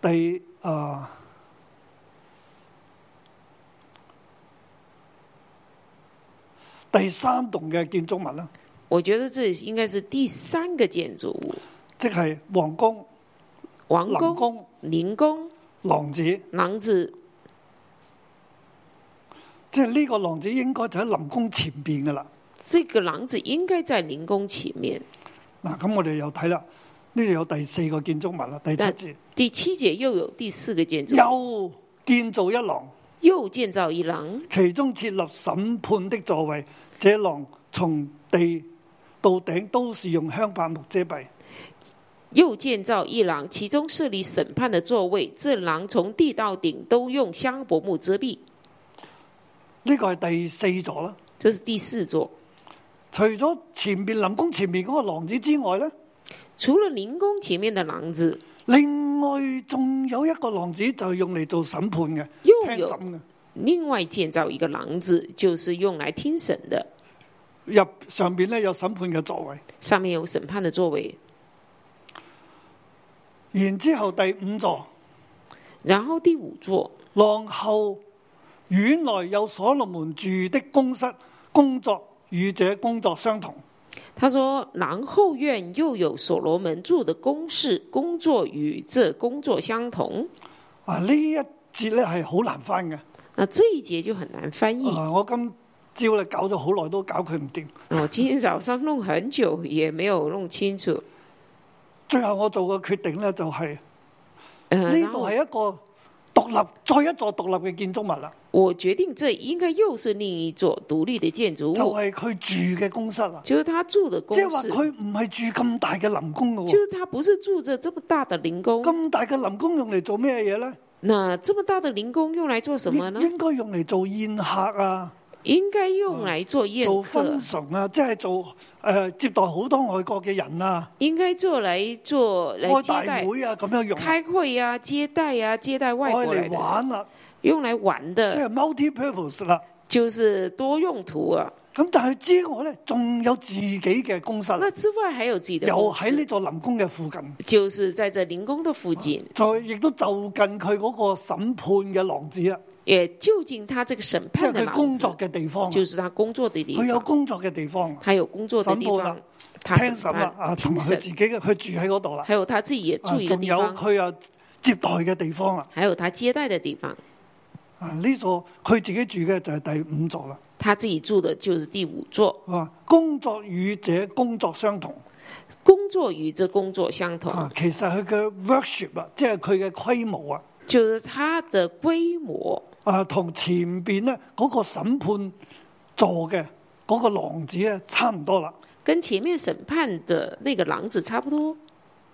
Speaker 2: 第啊第三棟嘅建築物啦。
Speaker 3: 我觉得这应该是第三个建筑物，
Speaker 2: 即係王宮、
Speaker 3: 王
Speaker 2: 林
Speaker 3: 宫、
Speaker 2: 宮、
Speaker 3: 林宫、
Speaker 2: 廊子。
Speaker 3: 廊子，
Speaker 2: 即係呢個廊子應該就喺林宮前邊噶啦。
Speaker 3: 这个廊子应该在林宫前面。
Speaker 2: 嗱，咁我哋又睇啦，呢度有第四個建築物啦，第七節
Speaker 3: 第七节又有第四个建筑，
Speaker 2: 又建造一廊，
Speaker 3: 又建造一廊，
Speaker 2: 其中設立審判的座位。這廊從地到頂都是用香柏木遮蔽。
Speaker 3: 又建造一廊，其中设立审判的座位。这廊从地到顶都用香柏木遮蔽。
Speaker 2: 呢個係第四座啦。
Speaker 3: 这是第四座。
Speaker 2: 除咗前面林宮前面嗰個廊子之外呢，
Speaker 3: 除了林宫前面的廊子，
Speaker 2: 另外仲有一個廊子就係用嚟做審判嘅，
Speaker 3: 又
Speaker 2: 聽審
Speaker 3: 有
Speaker 2: 嘅。
Speaker 3: 另外建造一个廊子，就是用来听审的。
Speaker 2: 入上邊咧有審判嘅座位。
Speaker 3: 上面有审判的座位，
Speaker 2: 然之後第五座
Speaker 3: 然后第五座
Speaker 2: 廊後院內有所羅門住的公室，工作與這工作相同。
Speaker 3: 他说：“廊后院又有所罗门住的公事，工作与这工作相同。
Speaker 2: 啊，呢一節咧係好難翻嘅。”
Speaker 3: 那这一节就很难翻译。
Speaker 2: 啊，我今朝咧搞咗好耐都搞佢唔掂，
Speaker 3: 我哦今天早上弄很久也没有弄清楚。
Speaker 2: 最後我做個決定咧就係
Speaker 3: 嗯、
Speaker 2: 呢
Speaker 3: 然
Speaker 2: 度
Speaker 3: 后
Speaker 2: 係一個獨立再一座獨立嘅建築物啦，
Speaker 3: 我决定这应该又是另一座独立的建筑
Speaker 2: 就
Speaker 3: 物，
Speaker 2: 係佢住嘅公室啦。
Speaker 3: 就是他住哦的公
Speaker 2: 啊即係話
Speaker 3: 司，
Speaker 2: 佢唔係住咁大嘅林宮嘅
Speaker 3: 就
Speaker 2: 喎，
Speaker 3: 是他不是住着这么大的林宫。
Speaker 2: 咁大嘅林宮用嚟做咩嘢咧？
Speaker 3: 那这么大的林宫用来做什么呢
Speaker 2: 應？應該用嚟做宴客啊。
Speaker 3: 应该用来做宴
Speaker 2: 做
Speaker 3: 客
Speaker 2: 分，崇啊，即係做诶、呃接待好多外國嘅人啊，
Speaker 3: 应该做来做来
Speaker 2: 開
Speaker 3: 接
Speaker 2: 大
Speaker 3: 待、
Speaker 2: 會啊咁樣用，愛
Speaker 3: 开会呀、接待呀、接待外国来
Speaker 2: 嚟
Speaker 3: 的，
Speaker 2: 玩啦、
Speaker 3: 用来玩
Speaker 2: 即
Speaker 3: 的，
Speaker 2: 係 multi purpose 啦。
Speaker 3: 就是多用途啊。
Speaker 2: 咁但係之外咧，仲有自己嘅公室，
Speaker 3: 那之外还有自己的
Speaker 2: 又
Speaker 3: 公司
Speaker 2: 啊喺呢座林宮嘅附近，
Speaker 3: 就是在这林宫的附近，
Speaker 2: 再亦都就近佢嗰個審判嘅廊子啊，
Speaker 3: 也就近他这个审
Speaker 2: 即
Speaker 3: 判
Speaker 2: 係
Speaker 3: 的
Speaker 2: 佢
Speaker 3: 廊
Speaker 2: 工
Speaker 3: 子
Speaker 2: 作嘅地方啊，
Speaker 3: 就是他工作的地
Speaker 2: 佢有
Speaker 3: 方，
Speaker 2: 工作嘅地方啊，
Speaker 3: 他有工作的
Speaker 2: 散
Speaker 3: 地
Speaker 2: 步
Speaker 3: 方
Speaker 2: 啦，
Speaker 3: 他
Speaker 2: 聽
Speaker 3: 审
Speaker 2: 審啦啊，同
Speaker 3: 判、听
Speaker 2: 埋佢自
Speaker 3: 审
Speaker 2: 己，嘅，佢住喺嗰度啦，
Speaker 3: 还有他自己也
Speaker 2: 啊
Speaker 3: 住一个
Speaker 2: 仲
Speaker 3: 地
Speaker 2: 有
Speaker 3: 方，
Speaker 2: 佢啊接待嘅地方啊。
Speaker 3: 还有他接待的地方。
Speaker 2: 啊！呢座佢自己住嘅就係第五座啦。
Speaker 3: 他自己住的就是第五座，
Speaker 2: 佢話工作與這工作相同
Speaker 3: 工作与这工作相同，
Speaker 2: 啊，其實佢嘅 workshop 啊，即係佢嘅規模啊，
Speaker 3: 就是它的规模
Speaker 2: 啊同前邊咧嗰個審判座嘅嗰個廊子咧差唔多啦，
Speaker 3: 跟前面审判的那个廊子差不多。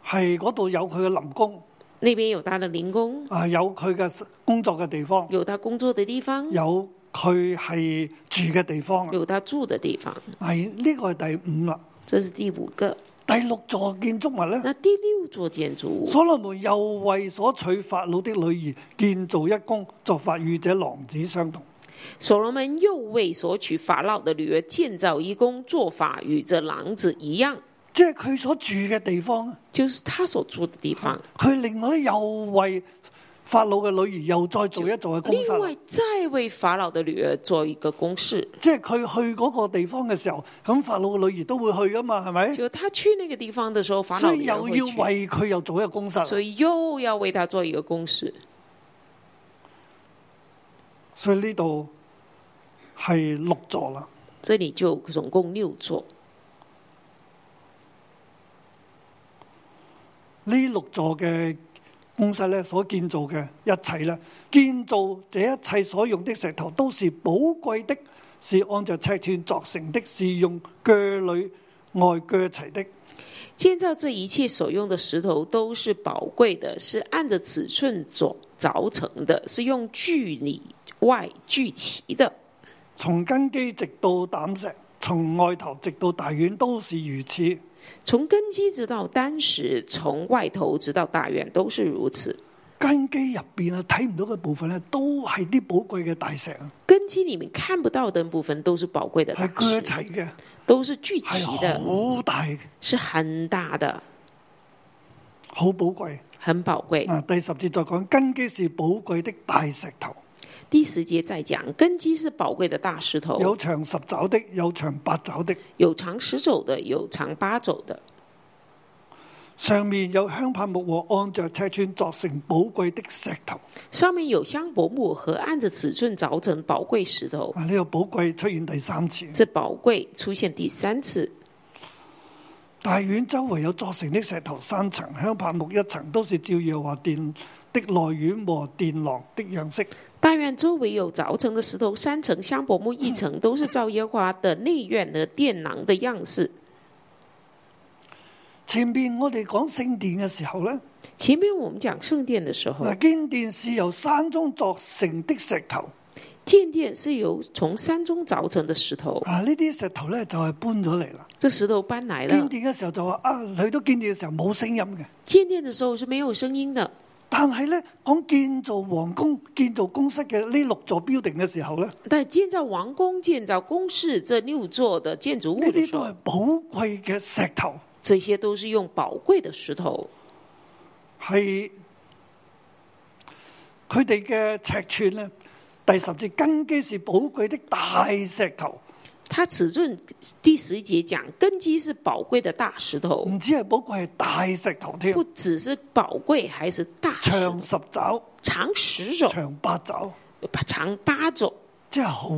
Speaker 2: 係嗰度有佢嘅林宮
Speaker 3: 那边有他的林工，
Speaker 2: 啊，有佢嘅工作嘅地方，
Speaker 3: 有他工作的地方，
Speaker 2: 有佢係住嘅地方啊。
Speaker 3: 有他住的地方，
Speaker 2: 係呢個係第五啦，
Speaker 3: 这是第五个。
Speaker 2: 第六座建築物咧。
Speaker 3: 那第六座建筑物，
Speaker 2: 嗯所羅門又為所娶法老的女兒建造一宮，作法與這廊子相同。
Speaker 3: 所罗门又为所娶法老的女儿建造一宫，做法与这廊子一样，
Speaker 2: 即係佢所住嘅地方，啊
Speaker 3: 就是他所住的地方。
Speaker 2: 佢另外咧又為法老嘅女兒又再做一座嘅公
Speaker 3: 另外
Speaker 2: 室，，
Speaker 3: 再为法老的女儿做一个公事，
Speaker 2: 即係佢去嗰個地方嘅時候，咁法老嘅女兒都會去噶嘛，係咪？
Speaker 3: 就他去那个地方的时候，法老
Speaker 2: 哎所以
Speaker 3: 女儿
Speaker 2: 又
Speaker 3: 会
Speaker 2: 要
Speaker 3: 去，
Speaker 2: 為佢又做一個公室，
Speaker 3: 所以又要为他做一个公事。
Speaker 2: 所以呢度係六座啦。
Speaker 3: 这里就总共六座，
Speaker 2: 呢六座嘅公室咧所建造嘅一切咧，建造這一切所用的石頭都是寶貴的，是按照尺寸作成的，是用鋸裏外鋸齊的。
Speaker 3: 建造这一切所用的石头都是宝贵的，是按着尺寸凿凿成的，是用距里外聚齐的。
Speaker 2: 從根基直到膽石，從外頭直到大院都是如此。
Speaker 3: 从根基直到丹石，从外头直到大院都是如此。
Speaker 2: 根基入邊啊，睇唔到嘅部分咧，都係啲寶貴嘅大石啊，
Speaker 3: 根基里面看不到的部分都是宝贵的
Speaker 2: 係
Speaker 3: 大
Speaker 2: 鋸
Speaker 3: 石，
Speaker 2: 齊嘅，
Speaker 3: 都是聚
Speaker 2: 係
Speaker 3: 齐的，
Speaker 2: 好大嘅，
Speaker 3: 是很大的，
Speaker 2: 好寶貴。
Speaker 3: 很宝贵。
Speaker 2: 嗱，啊第十節再講根基是寶貴的大石頭。
Speaker 3: 第十节再讲，根基是宝贵的大石
Speaker 2: 有
Speaker 3: 头，
Speaker 2: 長十爪的，有長八爪的。
Speaker 3: 有长十肘的，有长八肘的。
Speaker 2: 上面有香柏木和按着尺寸作成寶貴的石頭。
Speaker 3: 上面有香柏木和按着尺寸凿成宝贵石头。
Speaker 2: 啊，呢、個寶貴出現第三次。
Speaker 3: 这宝贵出现第三次。
Speaker 2: 大院周圍有作成的石頭三層，香柏木一層，都是照耶和華殿的內院和殿廊的樣式。
Speaker 3: 大院周围有凿成的石头三层，香柏木一层，都是照耶和华的内院和殿廊的样式。
Speaker 2: 前面我哋講聖殿嘅時候呢，
Speaker 3: 前面我们讲圣殿的时候，
Speaker 2: 嗱，堅殿是由山中作成的石頭。
Speaker 3: 建殿是由从山中凿成的石头，
Speaker 2: 啊，呢啲石頭呢，就係搬咗嚟啦。
Speaker 3: 这石头搬来
Speaker 2: 建
Speaker 3: 了。
Speaker 2: 殿嘅時候就話啊，去到建殿嘅時候冇聲音嘅，
Speaker 3: 建殿的时候是没有声音的，
Speaker 2: 但係呢，講建造皇宮、建造公室嘅呢六座 building 嘅時候呢，
Speaker 3: 但建造王宫、建造宫室这六座的建筑物
Speaker 2: 呢
Speaker 3: 的
Speaker 2: 啲
Speaker 3: 时
Speaker 2: 都
Speaker 3: 候
Speaker 2: 係，寶貴嘅石頭，
Speaker 3: 这些都是用宝贵的石头，
Speaker 2: 係佢哋嘅尺寸呢。第十節根基是寶貴的大石頭，
Speaker 3: 它尺寸第十节讲，根基是宝贵的大石头，
Speaker 2: 唔止係寶貴，係大石頭添
Speaker 3: 哦不，只是宝贵，还是大石头
Speaker 2: 長十爪，
Speaker 3: 长十手，
Speaker 2: 長八爪，
Speaker 3: 长八肘，
Speaker 2: 即係好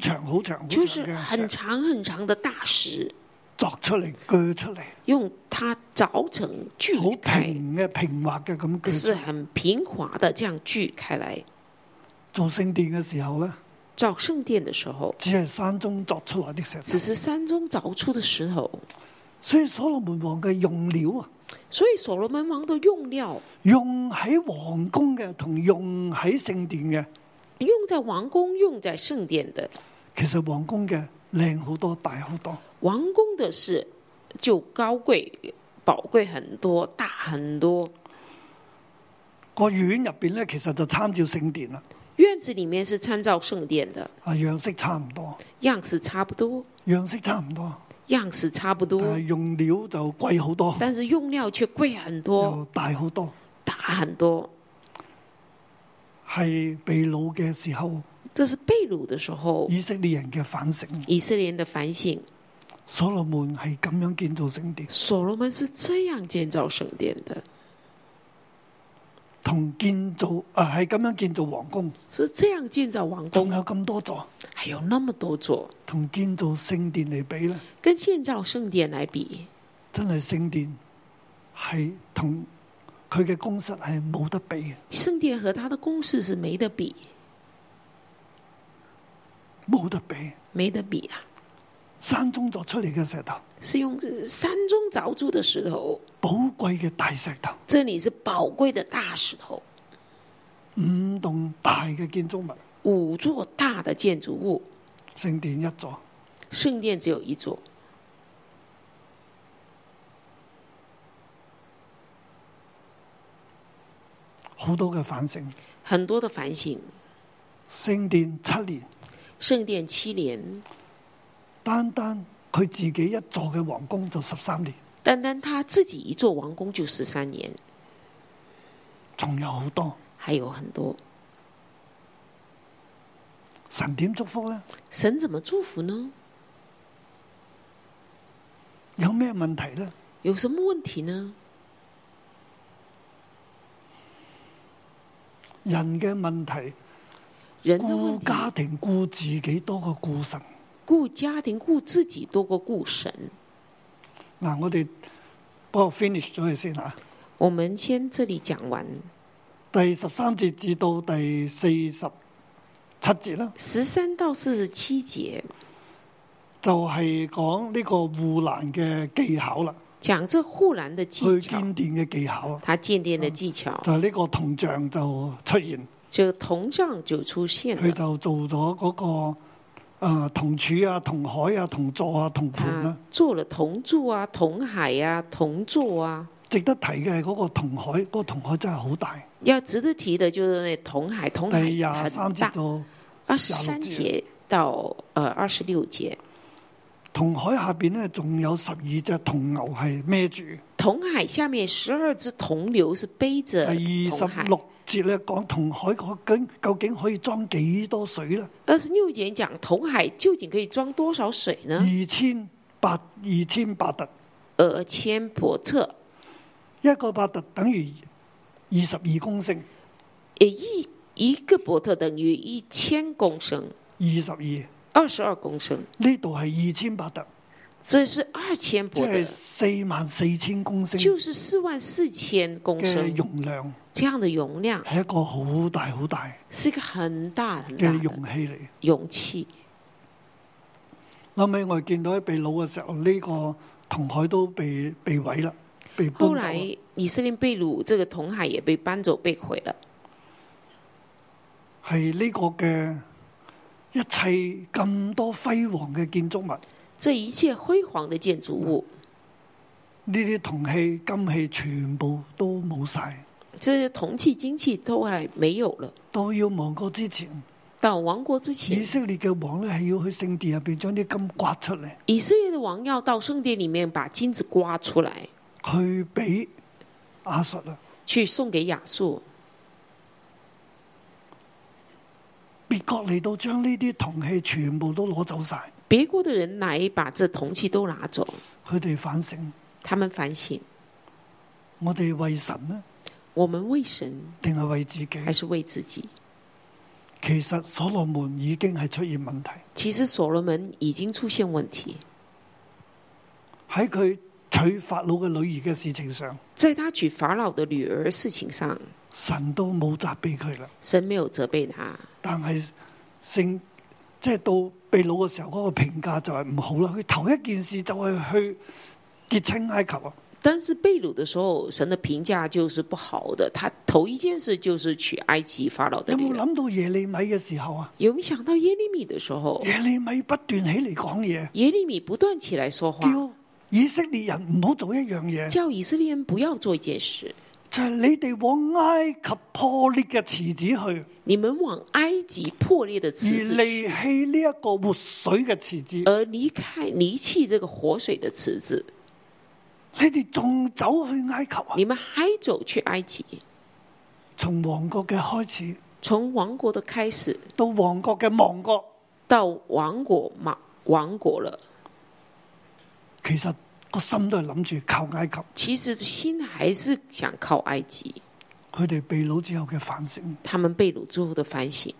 Speaker 2: 長好長好長
Speaker 3: 就是
Speaker 2: 嘅
Speaker 3: 很
Speaker 2: 石
Speaker 3: 长很长的大石，
Speaker 2: 作出嚟鋸出嚟，
Speaker 3: 用它凿成锯
Speaker 2: 好
Speaker 3: 开，
Speaker 2: 平嘅平滑嘅咁鋸出
Speaker 3: 是
Speaker 2: 嚟。
Speaker 3: 很平滑的这样锯开来。
Speaker 2: 做聖殿嘅時候呢，
Speaker 3: 造圣殿的时候，
Speaker 2: 只係山中作出來的石頭
Speaker 3: 只，是山中凿出的石头，
Speaker 2: 所以所羅門王嘅用料啊，
Speaker 3: 所以所罗门王的用料
Speaker 2: 用喺皇宮嘅同用喺聖殿嘅，
Speaker 3: 用在王宫、用在圣殿的，
Speaker 2: 其實皇宮嘅靚好多，大好多。
Speaker 3: 王宫的是就高贵、宝贵很多、大很多。
Speaker 2: 個院入邊呢，其實就參照聖殿啦，
Speaker 3: 院子里面是参照圣殿的，
Speaker 2: 啊樣式差唔多，
Speaker 3: 样式差不多，
Speaker 2: 樣式差唔多，
Speaker 3: 样式差不
Speaker 2: 但
Speaker 3: 多
Speaker 2: 係，用料就貴好多，
Speaker 3: 但是用料却贵很多、
Speaker 2: 又大好多，
Speaker 3: 大很多。
Speaker 2: 係被擄嘅時候，
Speaker 3: 这是被掳的时候
Speaker 2: 以色列人嘅反省。
Speaker 3: 以色列人的反省。
Speaker 2: 所羅門係咁樣建造聖殿，
Speaker 3: 所罗门是这样建造圣殿的，
Speaker 2: 同建造啊係咁樣建造皇宮，
Speaker 3: 是这样建造王
Speaker 2: 仲
Speaker 3: 宫，
Speaker 2: 有咁多座。
Speaker 3: 还有那么多座，
Speaker 2: 同建造聖殿嚟比呢，
Speaker 3: 跟建造圣殿来比，
Speaker 2: 真係聖殿係同佢嘅公室係冇得比嘅，
Speaker 3: 圣殿和它的公式是没得比，
Speaker 2: 冇得比。
Speaker 3: 没得比啊！
Speaker 2: 山中作出嚟嘅石頭，
Speaker 3: 是用山中凿出的石头，
Speaker 2: 寶貴嘅大石頭，
Speaker 3: 这里是宝贵的大石头，
Speaker 2: 五棟大嘅建築物，
Speaker 3: 五座大的建筑物，
Speaker 2: 聖殿一座，
Speaker 3: 圣殿只有一座，
Speaker 2: 好多嘅反省。
Speaker 3: 很多的反省。
Speaker 2: 聖殿七年，
Speaker 3: 圣殿七年，
Speaker 2: 單單佢自己一座嘅皇宮就十三年，
Speaker 3: 单单他自己一座王宫就十三年，
Speaker 2: 仲有好多。
Speaker 3: 还有很多。
Speaker 2: 神點祝福呢？
Speaker 3: 神怎么祝福呢？
Speaker 2: 有咩問題呢？
Speaker 3: 有什么问题呢？
Speaker 2: 人嘅問題，
Speaker 3: 人的问
Speaker 2: 顧
Speaker 3: 题，
Speaker 2: 家庭、顧自己多過顧神。
Speaker 3: 顾家庭、顾自己多过顾神。
Speaker 2: 嗱，我哋幫我 finish 咗佢先吓。
Speaker 3: 我们先这里讲完
Speaker 2: 第十三節至到第四十七節啦，
Speaker 3: 十三到四十七节，
Speaker 2: 就係講呢個護欄嘅技巧啦，
Speaker 3: 讲这护栏的技
Speaker 2: 去
Speaker 3: 巧，
Speaker 2: 建殿嘅技巧啊，
Speaker 3: 他建殿的技巧，
Speaker 2: 就係呢個銅像就出現，
Speaker 3: 这铜像就出现
Speaker 2: 佢
Speaker 3: 了。
Speaker 2: 就做咗嗰、個。啊，銅柱啊，銅海啊，銅座啊，銅盤
Speaker 3: 他
Speaker 2: 啊，
Speaker 3: 做了铜柱啊、铜海啊、铜座啊。
Speaker 2: 值得提嘅係嗰個銅海，嗰、個銅海真係好大。
Speaker 3: 要值得提的就是那铜海，铜海
Speaker 2: 第廿三
Speaker 3: 很
Speaker 2: 節
Speaker 3: 大，
Speaker 2: 就
Speaker 3: 二十三节到呃二十六节，
Speaker 2: 銅海下邊呢，仲有十二隻銅牛係孭住。
Speaker 3: 铜海下面十二只铜牛是
Speaker 2: 第
Speaker 3: 背着
Speaker 2: 二
Speaker 3: 铜
Speaker 2: 十
Speaker 3: 海。
Speaker 2: 六節咧講同海究竟究竟可以裝幾多水咧？
Speaker 3: 二十六节讲铜海究竟可以装多少水
Speaker 2: 嗯
Speaker 3: 呢？
Speaker 2: 二千八二千八特，
Speaker 3: 俄千伯特
Speaker 2: 一個伯特等於二十二公升，
Speaker 3: 也一一个伯特等于一千公升，
Speaker 2: 二十二。
Speaker 3: 二十二公升，
Speaker 2: 呢度係二千伯特，
Speaker 3: 这是二千
Speaker 2: 即
Speaker 3: 伯
Speaker 2: 係
Speaker 3: 特，
Speaker 2: 四萬四千公升
Speaker 3: 就是四万四千公
Speaker 2: 嘅
Speaker 3: 升，
Speaker 2: 容量，
Speaker 3: 这样的容量
Speaker 2: 係一個好大好大
Speaker 3: 是一个很大很大
Speaker 2: 嘅
Speaker 3: 的
Speaker 2: 容器嚟。
Speaker 3: 容器。
Speaker 2: 後尾我哋見到喺被擄嘅時候，呢、個銅海都被被毀啦，被搬走
Speaker 3: 后
Speaker 2: 啦。
Speaker 3: 来以色列被掳，这个铜海也被搬走被毁了。
Speaker 2: 係呢個嘅一切咁多輝煌嘅建築物，呢
Speaker 3: 这一切辉煌的建筑物，
Speaker 2: 啲銅器、金器全部都冇晒。
Speaker 3: 这些铜器、金器都后来没有了。
Speaker 2: 到要亡國之前，
Speaker 3: 到亡国之
Speaker 2: 以
Speaker 3: 前，
Speaker 2: 色列嘅王咧係要去聖殿入邊將啲金刮出嚟，
Speaker 3: 以色列的王要到圣殿里面把金子刮出来，
Speaker 2: 去俾亞述啊，
Speaker 3: 去送给亚述。
Speaker 2: 別國嚟到將呢啲銅器全部都攞走晒。
Speaker 3: 别国的人来把这铜器都拿走，
Speaker 2: 佢哋反省，
Speaker 3: 他们反省：
Speaker 2: 我哋為神呢，
Speaker 3: 我们为神
Speaker 2: 定係為自己
Speaker 3: 还？是为自己？
Speaker 2: 其實所羅門已經係出現問題，
Speaker 3: 其实所罗门已经出现问题，
Speaker 2: 喺佢娶法老嘅女兒嘅事情上，
Speaker 3: 在他娶法老的女儿事情上，
Speaker 2: 神都冇責備佢啦。
Speaker 3: 神没有责备他。
Speaker 2: 但係聖即係到被擄嘅時候，嗰、個評價就係唔好啦。佢頭一件事就係去結清埃及啊，
Speaker 3: 但是被掳的时候，神的评价就是不好的。他头一件事就是娶埃及法老的
Speaker 2: 有
Speaker 3: 女
Speaker 2: 冇
Speaker 3: 儿。
Speaker 2: 諗到耶利米嘅時候啊？
Speaker 3: 有没有想到耶利米的时候，
Speaker 2: 耶利米不斷起嚟講嘢，
Speaker 3: 耶利米不断起来说话，
Speaker 2: 叫以色列人唔好做一樣嘢，
Speaker 3: 叫以色列人不要做一件事，
Speaker 2: 就係你哋往埃及破裂嘅池子去。
Speaker 3: 你们往埃及破裂的
Speaker 2: 而
Speaker 3: 池子呃去，
Speaker 2: 離棄呢一個活水嘅池子，
Speaker 3: 而离开离弃这个活水的池子，
Speaker 2: 你哋仲走去埃及啊？
Speaker 3: 你们还走去埃及。
Speaker 2: 從王國嘅開始
Speaker 3: 从王国的开始
Speaker 2: 到王國嘅亡國，
Speaker 3: 到王国嘛，王国了，
Speaker 2: 其實個心都係諗住靠埃及。
Speaker 3: 其实心还是想靠埃及。
Speaker 2: 佢哋被掳之後嘅反省，
Speaker 3: 他们被掳之后的反省。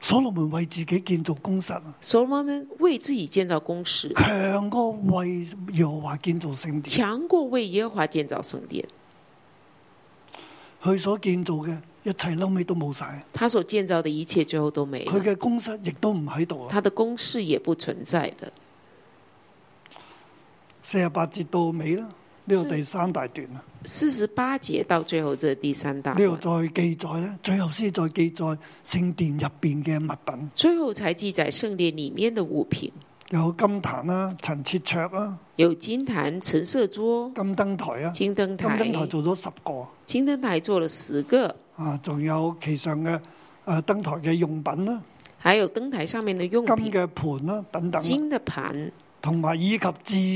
Speaker 2: 所羅門為自己建造宮室啊，
Speaker 3: 所罗门为自己建造宫室，
Speaker 2: 強過為耶和華建造聖殿。
Speaker 3: 强过为耶和华建造圣殿。
Speaker 2: 佢所建造嘅一切嬲尾都冇晒，
Speaker 3: 他所建造的一切最后都没
Speaker 2: 佢
Speaker 3: 了，
Speaker 2: 嘅宮室亦都唔喺度啊。
Speaker 3: 他的宫室也不存在的。
Speaker 2: 四十八節到尾啦，呢度第三大段啊。
Speaker 3: 四十八节到最后这第三大
Speaker 2: 呢度
Speaker 3: 段，
Speaker 2: 再記載咧，最後先再記載聖殿入邊嘅物品，
Speaker 3: 最后才记载圣殿里面的物品，
Speaker 2: 有金壇啦、陳設桌啦、
Speaker 3: 有金坛、陈设桌、
Speaker 2: 金燈台啊，
Speaker 3: 金灯
Speaker 2: 金
Speaker 3: 台、
Speaker 2: 燈台做咗十個
Speaker 3: 金灯台做了十个，
Speaker 2: 啊，仲有其上嘅誒燈台嘅用品啦、
Speaker 3: 还有灯台上面的用
Speaker 2: 金
Speaker 3: 品、
Speaker 2: 嘅盤啦等等啊，
Speaker 3: 金的盘，
Speaker 2: 同埋以及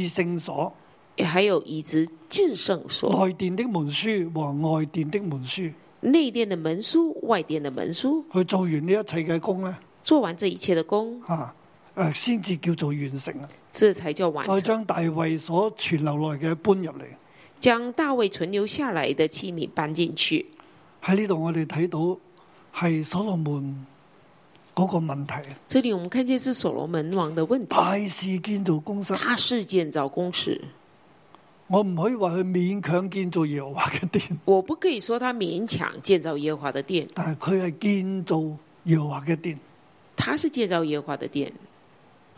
Speaker 2: 至聖所、
Speaker 3: 还有以及至圣所、
Speaker 2: 內殿的門書和外殿的門書。
Speaker 3: 内殿的门书、外殿的门书。
Speaker 2: 佢做完呢一切嘅工咧，
Speaker 3: 做完这一切的工，
Speaker 2: 啊誒先至叫做完成啊，
Speaker 3: 这才叫完
Speaker 2: 再
Speaker 3: 成。
Speaker 2: 將大衛所傳留落嚟嘅搬入嚟。
Speaker 3: 将大卫存留下来的器皿搬进去。
Speaker 2: 喺呢度我哋睇到係所羅門嗰個問題，
Speaker 3: 这里我们看见是所罗门王的问题，
Speaker 2: 大事建造公室，
Speaker 3: 大事建造宫室，
Speaker 2: 我唔可以話佢勉強建造耶和華嘅殿， (laughs)
Speaker 3: 我不可以说他勉强建造耶和华的殿，
Speaker 2: 但係佢係建造耶和華嘅殿，
Speaker 3: 他是建造耶和华的殿，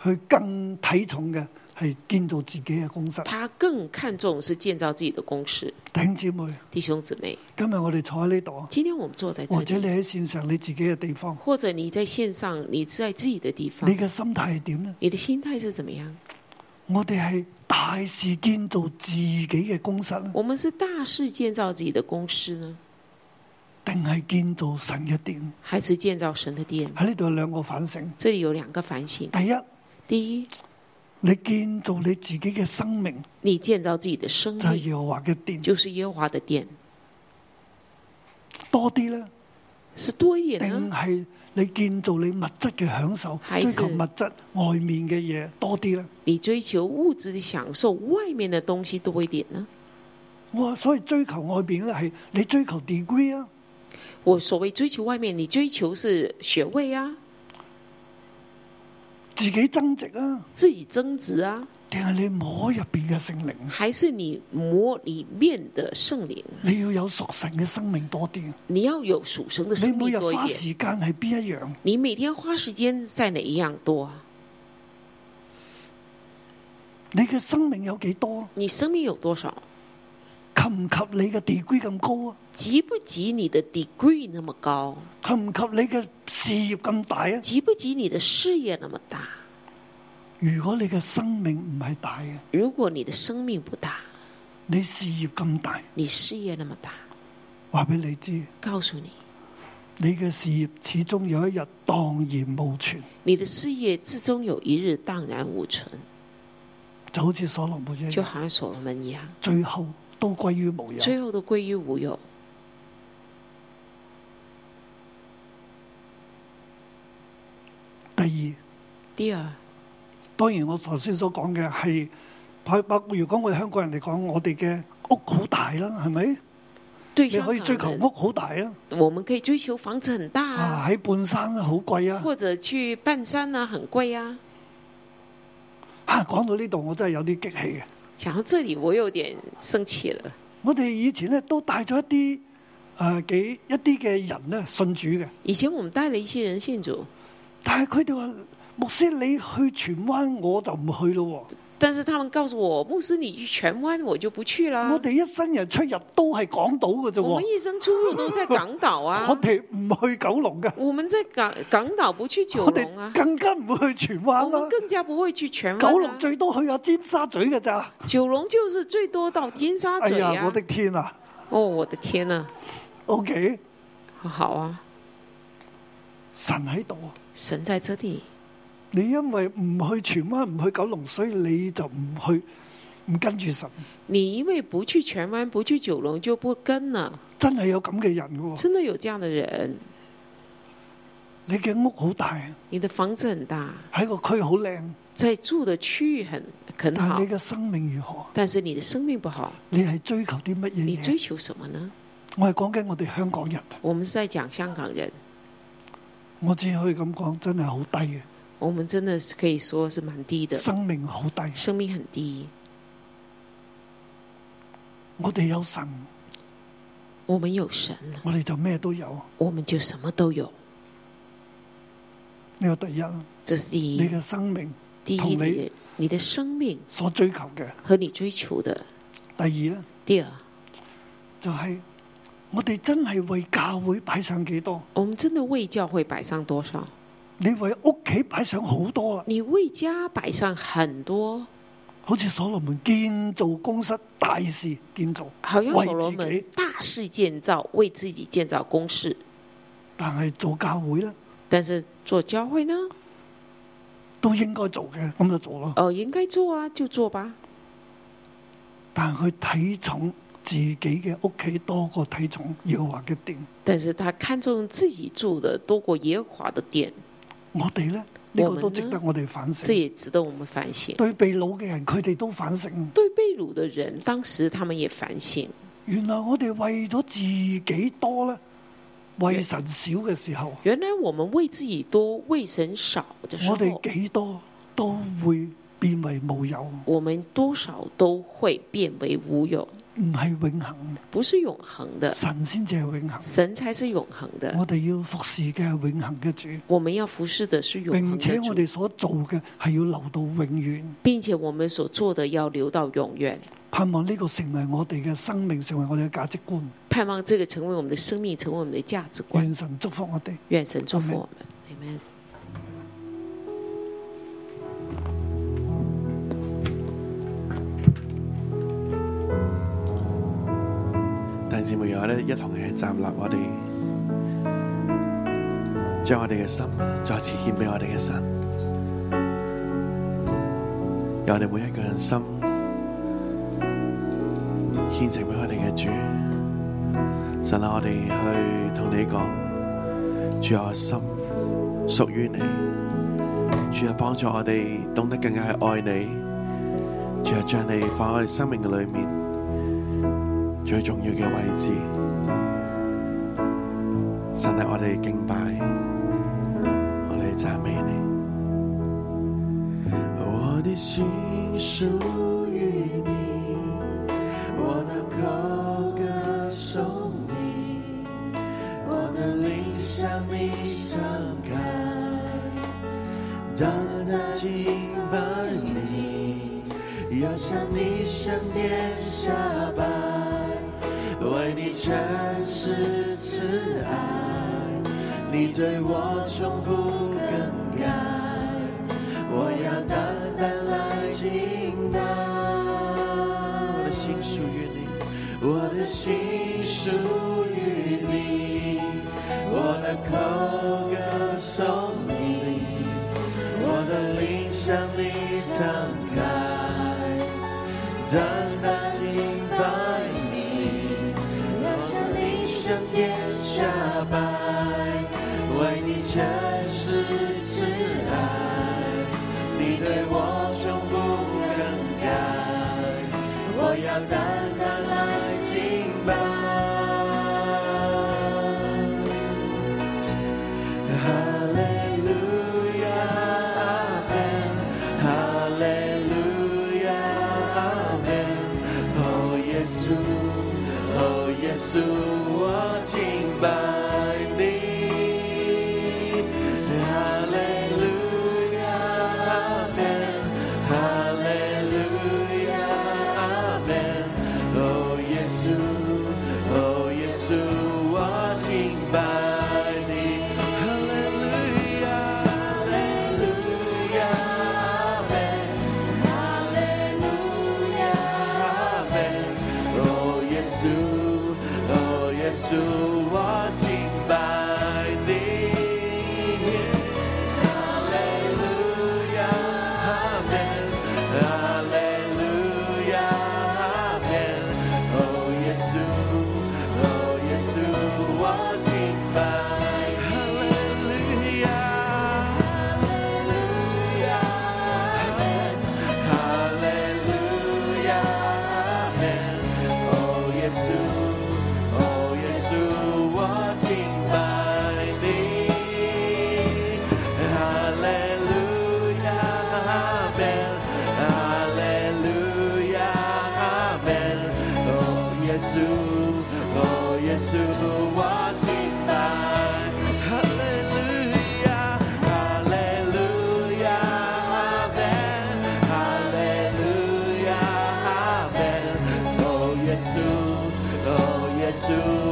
Speaker 2: 佢更睇重嘅係建造自己嘅公室。
Speaker 3: 他更看重是建造自己的宫室。
Speaker 2: 弟兄姊妹，
Speaker 3: 弟兄姊妹，
Speaker 2: 今日我哋坐喺呢度，
Speaker 3: 今天我们坐在
Speaker 2: 或
Speaker 3: 这
Speaker 2: 者你
Speaker 3: 里，
Speaker 2: 喺線上你自己嘅地方，
Speaker 3: 或者你在线上，你在自己的地方
Speaker 2: 你，嘅心態係點呢？
Speaker 3: 你的心态是怎么样？
Speaker 2: 我哋係大事建造自己嘅公室呢，
Speaker 3: 我们是大事建造自己的宫室呢，
Speaker 2: 定係建造神嘅殿？
Speaker 3: 还是建造神的殿？
Speaker 2: 喺呢度有兩個反省，
Speaker 3: 这里有两个反省：
Speaker 2: 第一。
Speaker 3: 第一，
Speaker 2: 你建造你自己嘅生命，
Speaker 3: 你建造自己的生
Speaker 2: 就係
Speaker 3: 命。
Speaker 2: 耶和華嘅殿，
Speaker 3: 就是耶和华的殿，
Speaker 2: 多啲咧，
Speaker 3: 是多一点
Speaker 2: 定
Speaker 3: 呢，
Speaker 2: 係你建造你物質嘅享受，
Speaker 3: 嗯孩
Speaker 2: 追
Speaker 3: 子
Speaker 2: 求物質外面嘅嘢多啲咧？
Speaker 3: 你追求物质的享受，外面的东西多一点呢？
Speaker 2: 我話所以追求外邊咧係你追求 degree 啊，
Speaker 3: 我所谓追求外面，你追求是学位啊，
Speaker 2: 自己增值啊，
Speaker 3: 自己增值啊，
Speaker 2: 定係你摸入邊嘅聖啊靈？
Speaker 3: 还是你摸里面的圣灵？
Speaker 2: 你要有屬神嘅生命多啲。
Speaker 3: 你要有属神的
Speaker 2: 你
Speaker 3: 生
Speaker 2: 每
Speaker 3: 命
Speaker 2: 日
Speaker 3: 多一
Speaker 2: 花
Speaker 3: 点。
Speaker 2: 時間係邊一樣？
Speaker 3: 你每天花时间在哪一样多啊？
Speaker 2: 你嘅生命有幾多？
Speaker 3: 你生命有多少？
Speaker 2: 及唔及你嘅 degree 咁高啊？
Speaker 3: 及不及你的 degree 那么高？
Speaker 2: 及唔及你嘅事業咁大啊？
Speaker 3: 及不及你的事业那么大？
Speaker 2: 如果你嘅生命唔係大嘅，
Speaker 3: 如果你的生命不大，
Speaker 2: 你事業咁大，
Speaker 3: 你事业那么大，
Speaker 2: 話俾你知，
Speaker 3: 告诉你，
Speaker 2: 你嘅事業始終有一日蕩然無存，
Speaker 3: 你的事业至终有一日荡然无存，
Speaker 2: 就好似所羅門一
Speaker 3: 就
Speaker 2: 樣，
Speaker 3: 好像所罗门一样，
Speaker 2: 最後都歸於無嗯有。
Speaker 3: 最后都归于无有。
Speaker 2: 第
Speaker 3: 第二，
Speaker 2: 二，當然我頭先所講嘅係，包包括如果我哋香港人嚟講，我哋嘅屋好大啦，係咪？
Speaker 3: 对
Speaker 2: 你
Speaker 3: 香
Speaker 2: 可以追求
Speaker 3: 港人，
Speaker 2: 屋好大啊！
Speaker 3: 我们可以追求房子很大
Speaker 2: 啊
Speaker 3: 啊，
Speaker 2: 喺半山啊好貴啊！
Speaker 3: 或者去半山啊，很贵啊。
Speaker 2: 嚇啊講到呢度，我真係有啲激氣嘅。
Speaker 3: 讲到这里，我有点生气了。
Speaker 2: 我哋以前咧都帶咗一啲誒、呃、幾一啲嘅人咧信主嘅，
Speaker 3: 以前我们带了一些人信主，
Speaker 2: 但係佢哋話牧師你去荃灣我就唔去咯
Speaker 3: 但是他们告诉我，牧师你去荃湾，我就不去
Speaker 2: 喎。
Speaker 3: 啦。
Speaker 2: 我哋一生人出入都係港島嘅啫
Speaker 3: 我们
Speaker 2: 喎，
Speaker 3: 一生出入都在港岛
Speaker 2: (laughs)
Speaker 3: 啊，
Speaker 2: 我哋唔去九龍嘅，
Speaker 3: 我们在港港岛不去九
Speaker 2: 我
Speaker 3: 龙啊
Speaker 2: 哋。更加唔會去荃灣
Speaker 3: 我们
Speaker 2: 啦。
Speaker 3: 更加不会去荃湾、啊。
Speaker 2: 九龍最多去下尖沙咀嘅咋？
Speaker 3: 九龙就是最多到尖沙
Speaker 2: 哎
Speaker 3: 咀
Speaker 2: 呀，
Speaker 3: 啊
Speaker 2: 我！的天啊
Speaker 3: 哦，我的天呐、
Speaker 2: ！OK，
Speaker 3: 好啊，
Speaker 2: 神喺度啊，
Speaker 3: 神在这里，
Speaker 2: 你因為唔去荃灣唔去九龍，所以你就唔去唔跟住神，
Speaker 3: 你因为不去荃湾，不去九龙就不跟了。
Speaker 2: 真係有咁嘅人嘅喎。
Speaker 3: 真的有这样的人，
Speaker 2: 你嘅屋好大啊！
Speaker 3: 你的房子很大，
Speaker 2: 喺個區好靚，
Speaker 3: 在住的区域很很
Speaker 2: 但係
Speaker 3: 好
Speaker 2: 你，嘅生命如何？
Speaker 3: 但是你的生命不好，
Speaker 2: 你係追求啲乜
Speaker 3: 你
Speaker 2: 嘢
Speaker 3: 追
Speaker 2: 嘢？
Speaker 3: 求什么呢？
Speaker 2: 我係講緊我哋香港人，
Speaker 3: 我们是在讲香港人，
Speaker 2: 我只可以咁講，真係好低嘅，
Speaker 3: 我们真的是可以说是蛮低的，
Speaker 2: 生命好低。
Speaker 3: 生命很低。
Speaker 2: 我哋有神，
Speaker 3: 我们有神了，
Speaker 2: 我哋就咩都有。
Speaker 3: 我们就什么都有。
Speaker 2: 呢個第一啦，
Speaker 3: 这是第
Speaker 2: 你
Speaker 3: 一，
Speaker 2: 嘅生命
Speaker 3: 第一
Speaker 2: 同
Speaker 3: 你
Speaker 2: 你
Speaker 3: 的你的生命
Speaker 2: 所追求嘅。
Speaker 3: 和你追求的。
Speaker 2: 第二呢，
Speaker 3: 第二，
Speaker 2: 就係我哋真係為教會擺上幾多，
Speaker 3: 我们真的为教会摆上多少？
Speaker 2: 你為屋企擺上好多啦。
Speaker 3: 你为家摆上很多，
Speaker 2: 好似所羅門建造公室大事建造，
Speaker 3: 好像
Speaker 2: 為
Speaker 3: 所罗
Speaker 2: 自
Speaker 3: 门
Speaker 2: 己
Speaker 3: 大事建造，为自己建造公事，
Speaker 2: 但係做教會呢，
Speaker 3: 但是做教会呢？
Speaker 2: 都應該做嘅，咁就做咯。
Speaker 3: 哦，应该做啊，就做吧。
Speaker 2: 但佢睇重自己嘅屋企多過睇重耀華嘅殿。
Speaker 3: 但是他看重自己住的多过耶和华的殿，
Speaker 2: 我哋呢，呢、個
Speaker 3: 我們呢
Speaker 2: 都值得我哋反
Speaker 3: 这
Speaker 2: 省。
Speaker 3: 也值得我们反省。
Speaker 2: 對被老嘅人，佢哋都反省。
Speaker 3: 对被掳的人，当时他们也反省，
Speaker 2: 原來我哋為咗自己多呢，為神少嘅時候，
Speaker 3: 原来我们为自己多，为神少的时
Speaker 2: 我哋
Speaker 3: 候，
Speaker 2: 幾多都會變為無有，唔
Speaker 3: 我们多少都会变为无有，
Speaker 2: 係永恆。
Speaker 3: 不是永恒的。
Speaker 2: 神先至係永恆。
Speaker 3: 神才是永恒的。
Speaker 2: 我哋要服侍嘅係永恆嘅主，
Speaker 3: 我们要服侍的是永恒
Speaker 2: 並且
Speaker 3: 的
Speaker 2: 我
Speaker 3: 主，
Speaker 2: 哋所做嘅係要留到永遠。
Speaker 3: 并且我们所做的要留到永远。
Speaker 2: 盼望呢個成為我哋嘅生命，成為我哋嘅價值觀。
Speaker 3: 盼望这个成为我们的生命，成为我们的价值观。
Speaker 2: 愿神祝福我哋。
Speaker 3: 愿神祝福我们。Amen。
Speaker 4: 弟兄姊妹，我咧一同嘅站立，我哋將我哋嘅心再次獻俾我哋嘅神，由我哋每一個人心獻呈俾我哋嘅主。神啊，我哋去同你講，主啊，我心屬於你，主啊，幫助我哋懂得更加去愛你，主啊，將你放喺我哋生命嘅裏面。最重要嘅位置。神啊，我哋敬拜，我哋赞美你。我的心属于你，我的口歌颂你，我的灵向你敞开，单单敬拜你，要向你深殿下拜，为你展示慈爱，你对我从不更改。我要单单来敬拜。我的心属于你，我的心属于你，我的口歌颂你，我的灵向你敞开，单单敬拜你，要向你向天下拜，为你展示慈爱。你对我从不更改，我要单单来敬拜。哈利路亚，阿门。哈利路亚，阿门。哦，耶稣，哦，耶稣，我敬拜你。哈利路亚，阿门。哈利路亚，阿门。哦，耶稣，哦，耶稣，我敬拜你。哈利路亚，哈利路亚，阿门。Amen. Oh, Jesus, oh, Jesus, what in by Hallelujah, Amen. Hallelujah, Amen. Oh, Jesus, oh, Jesus, what in by Hallelujah, Hallelujah, Amen. Hallelujah, Amen. Oh, Yesu, oh, Yesu, 我敬拜你。Hallelujah, Amen. Hallelujah, Amen. Oh, Yesu, oh, Yesu, 我敬拜。Hallelujah, Hallelujah, Amen. Hallelujah, Amen. Oh, Yesu, oh, Yesu, 我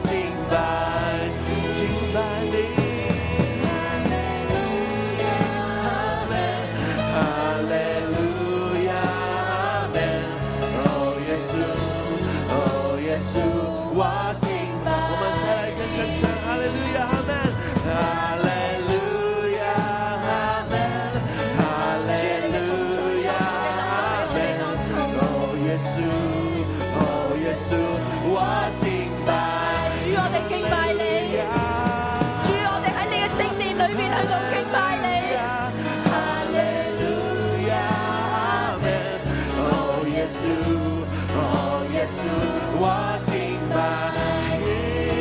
Speaker 4: 敬拜，敬拜你。Amen. Hallelujah, Amen. Oh, Yesu, oh, Yesu, 我敬拜。我们再来跟神唱哈利路亚，阿门，哈利路亚，阿门，哈利路亚，阿门。哦，耶稣，哦，耶穌我敬拜。
Speaker 5: 主我哋敬拜你主，我哋喺你嘅聖殿裏面去到敬拜你。
Speaker 4: Oh, 我敬拜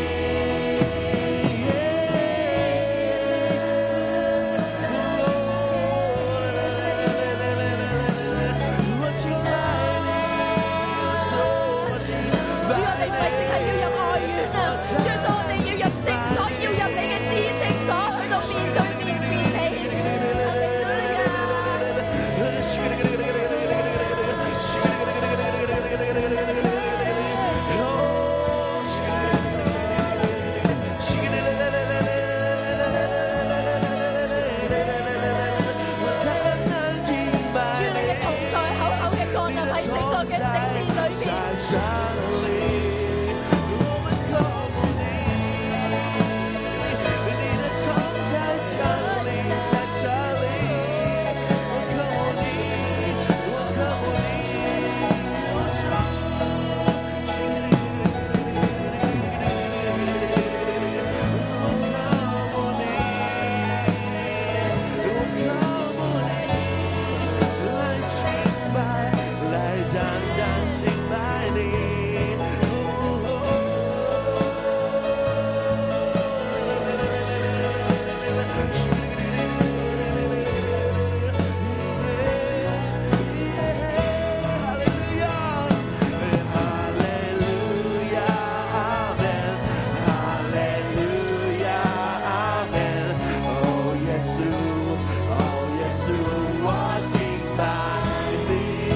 Speaker 4: 你，我敬拜
Speaker 5: 主，啊我哋唔係淨係要入外院啊！主耶穌，我哋要入聖所，要入你嘅至聖所，去到面對面面你。主，你嘅同在厚厚嘅降臨喺整個嘅聖殿裏面。
Speaker 4: 来敬拜，来单单敬拜你。Oh,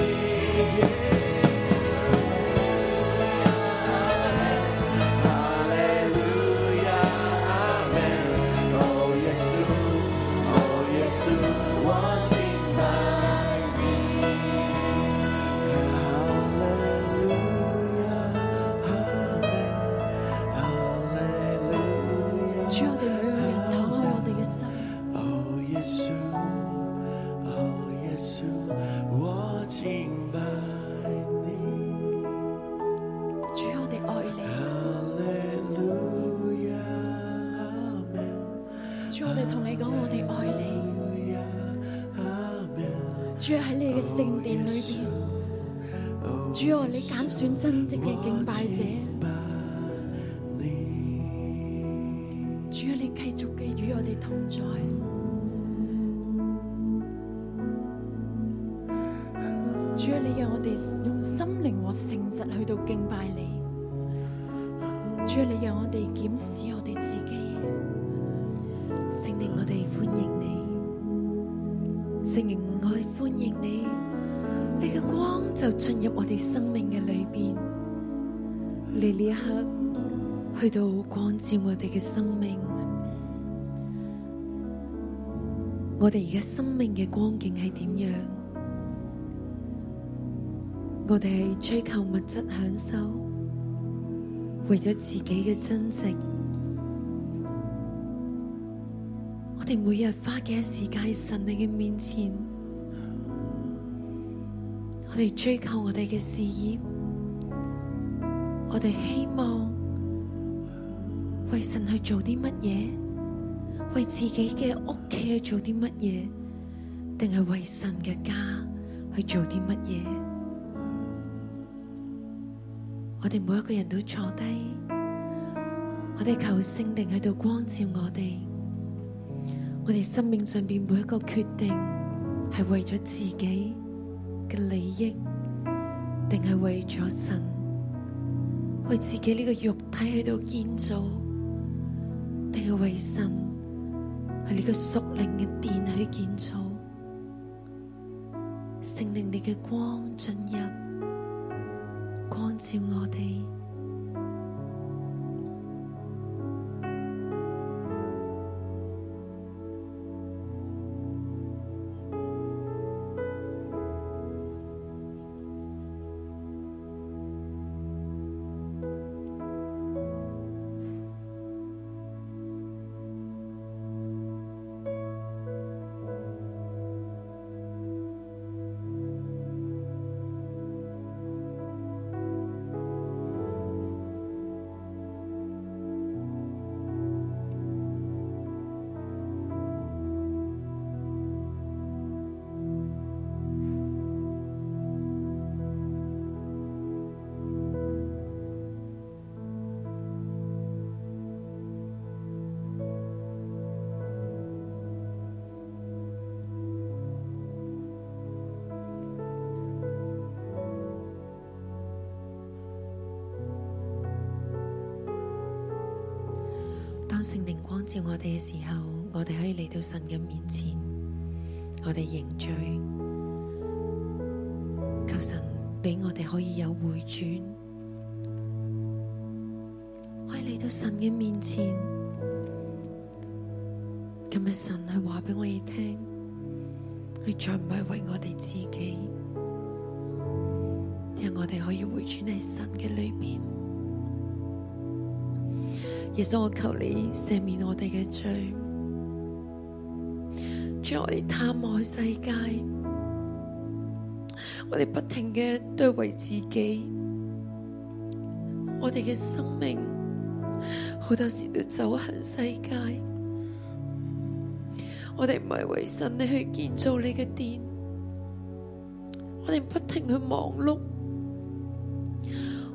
Speaker 4: oh,
Speaker 5: 主喺你嘅聖殿裏边，主啊，你揀選真正嘅敬拜者，主啊，你繼續嘅與我哋同在，主啊，你讓我哋用心靈和誠實去到敬拜你，主啊，你讓我哋檢視我哋自己。
Speaker 6: 圣灵，我哋欢迎你，圣灵，我哋欢迎你，你嘅光就进入我哋生命嘅里边，你呢一刻去到光照我哋嘅生命，我哋而家生命嘅光景系点样？我哋系追求物质享受，为咗自己嘅增值。我哋每日花几多时间喺神你嘅面前？我哋追求我哋嘅事业，我哋希望为神去做啲乜嘢，为自己嘅屋企去做啲乜嘢，定系为神嘅家去做啲乜嘢？我哋每一个人都坐低，我哋求圣灵喺度光照我哋。我哋生命上边每一个决定，系为咗自己嘅利益，定系为咗神，为自己呢个肉体去到建造，定系为神系呢个属灵嘅殿去建造？圣灵你嘅光进入，光照我哋。当圣灵光照我哋嘅时候，我哋可以嚟到神嘅面前，我哋认罪，求神俾我哋可以有回转，可以嚟到神嘅面前。今日神去话俾我哋听，佢再唔系为我哋自己，因我哋可以回转喺神嘅里边。耶稣，我求你赦免我哋嘅罪，主我哋贪爱世界，我哋不停嘅都係為自己，我哋嘅生命好多時都走向世界，我哋唔係為神你去建造你嘅殿，我哋不停去忙碌。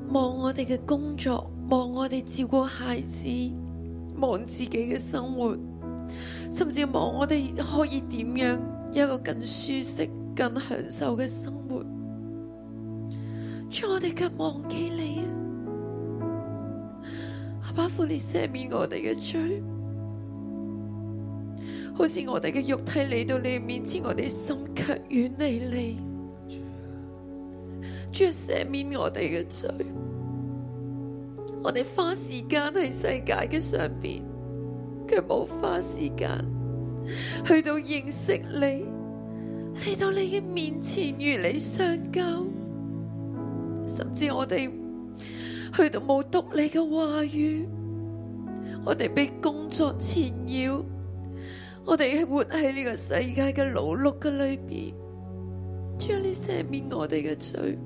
Speaker 6: 望我哋嘅工作，望我哋照顧孩子，望自己嘅生活，甚至望我哋可以點樣有一個更舒適、更享受嘅生活。主，我哋卻忘記你啊！阿爸父，你赦免我哋嘅罪，好似我哋嘅肉體嚟到你嘅面前，我哋心卻遠離你。主啊赦免我哋嘅罪。我哋花時間喺世界嘅上边，佢冇花時間去到認識你，嚟到你嘅面前與你相交，甚至我哋去到冇讀你嘅話語，我哋被工作纏繞，我哋活喺呢個世界嘅勞碌嘅裏边。主啊，你赦免我哋嘅罪。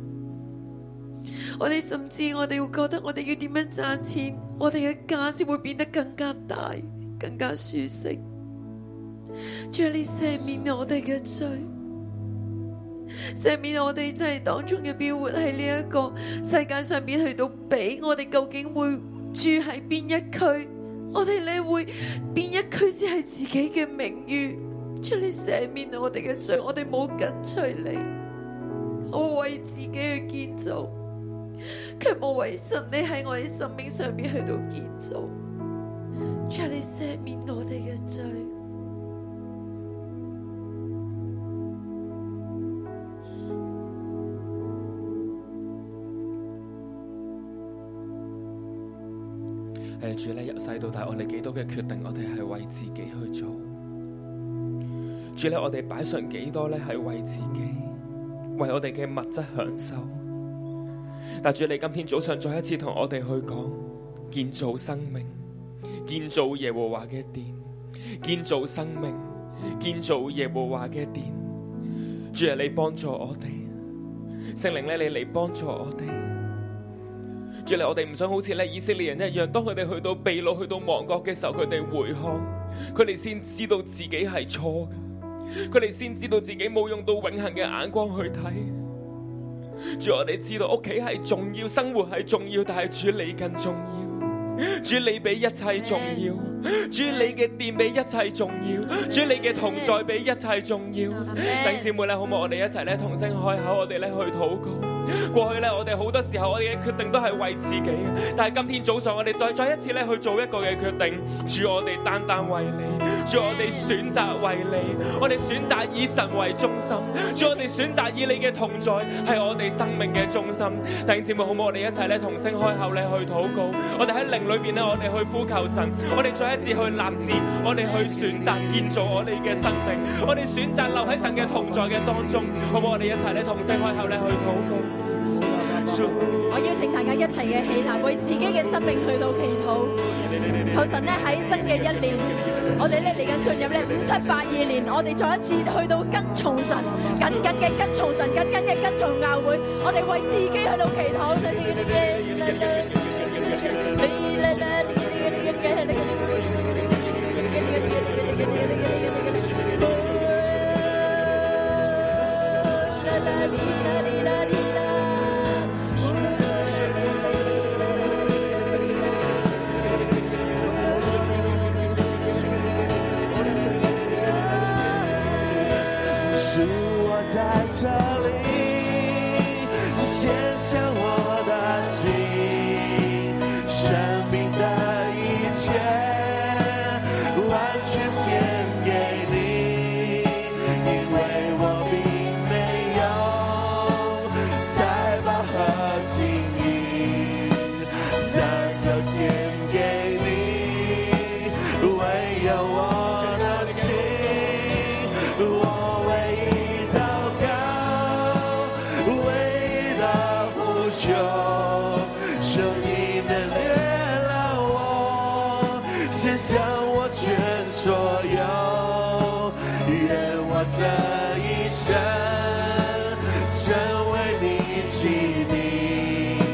Speaker 6: 我哋甚至我哋會覺得我哋要點樣賺錢，我哋嘅家先會變得更加大、更加舒適。主啊，你赦免我哋嘅罪，赦免我哋真係當中嘅標活喺呢一個世界上邊去到比，我哋究竟會住喺邊一區？我哋咧會邊一區先係自己嘅名譽？出你赦免我哋嘅罪，我哋冇跟隨你，我為自己去建造，卻冇為神你喺我哋生命上邊去到建造。出你赦免我哋嘅罪。
Speaker 7: 誒主咧，由細到大，我哋幾多嘅決定，我哋係為自己去做。主咧，我哋擺上幾多咧係為自己，為我哋嘅物質享受。但主你今天早上再一次同我哋去講建造生命，建造耶和華嘅殿，建造生命，建造耶和華嘅殿。主啊，你幫助我哋，聖靈咧，你嚟幫助我哋。主嚟，我哋唔想好似咧以色列人一樣，當佢哋去到被擄、去到亡國嘅時候，佢哋回看，佢哋先知道自己係錯嘅，佢哋先知道自己冇用到永恆嘅眼光去睇。主，我哋知道屋企係重要，生活係重要，但係主你更重要，主你比一切重要，主你嘅殿比一切重要，主你嘅同在比一切重要。弟兄姊妹咧，好唔好？我哋一齊咧同聲開口，我哋咧去禱告。過去咧，我哋好多時候我哋嘅決定都係為自己嘅，但係今天早上我哋再再一次咧去做一個嘅決定，主我哋單單為你，主我哋選擇為你，我哋選擇以神為中心，主我哋選擇以你嘅同在係我哋生命嘅中心。弟兄姊妹，好唔好？我哋一齊咧同聲開口咧去禱告，我哋喺靈裏邊咧，我哋去呼求神，我哋再一次去立志，我哋去選擇建造我哋嘅生命，我哋選擇留喺神嘅同在嘅當中，好唔好？我哋一齊咧同聲開口咧去禱告。
Speaker 8: 我邀請大家一齊嘅起立，為自己嘅生命去到祈禱。求神咧喺新嘅一年，我哋咧嚟緊進入咧五七八二年，我哋再一次去到跟從神，緊緊嘅跟從神，緊緊嘅跟從教會。我哋為自己去到祈禱。
Speaker 4: 是我在这里献上我的心，生命的一切完全献给你，因为我并没有财宝和金银，但要献给你，唯有我的心。我唯一祷告，唯一的呼求，求你能怜悯我，献上我全所有，愿我这一生成为你器皿，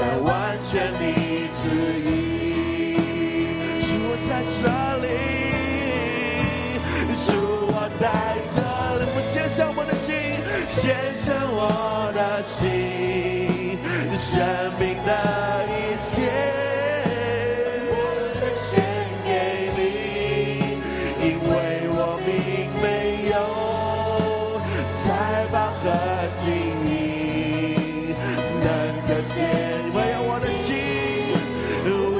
Speaker 4: 来完成你旨意。主我在这里，主我在这里，我献上我的心，献上我的心，生命的一切。我全献给你，因为我并没有财宝和金银，能够献唯有我的心，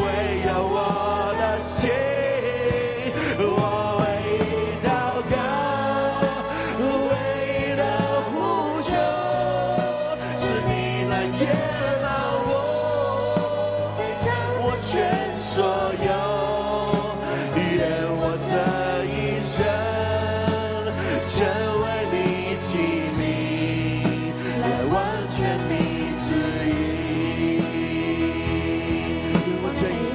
Speaker 4: 唯有我的心，我唯一祷告，唯一的呼求，是你来原谅我，献上我全所有，愿我这一生成为你器皿，来完全你旨意。愿我这一生。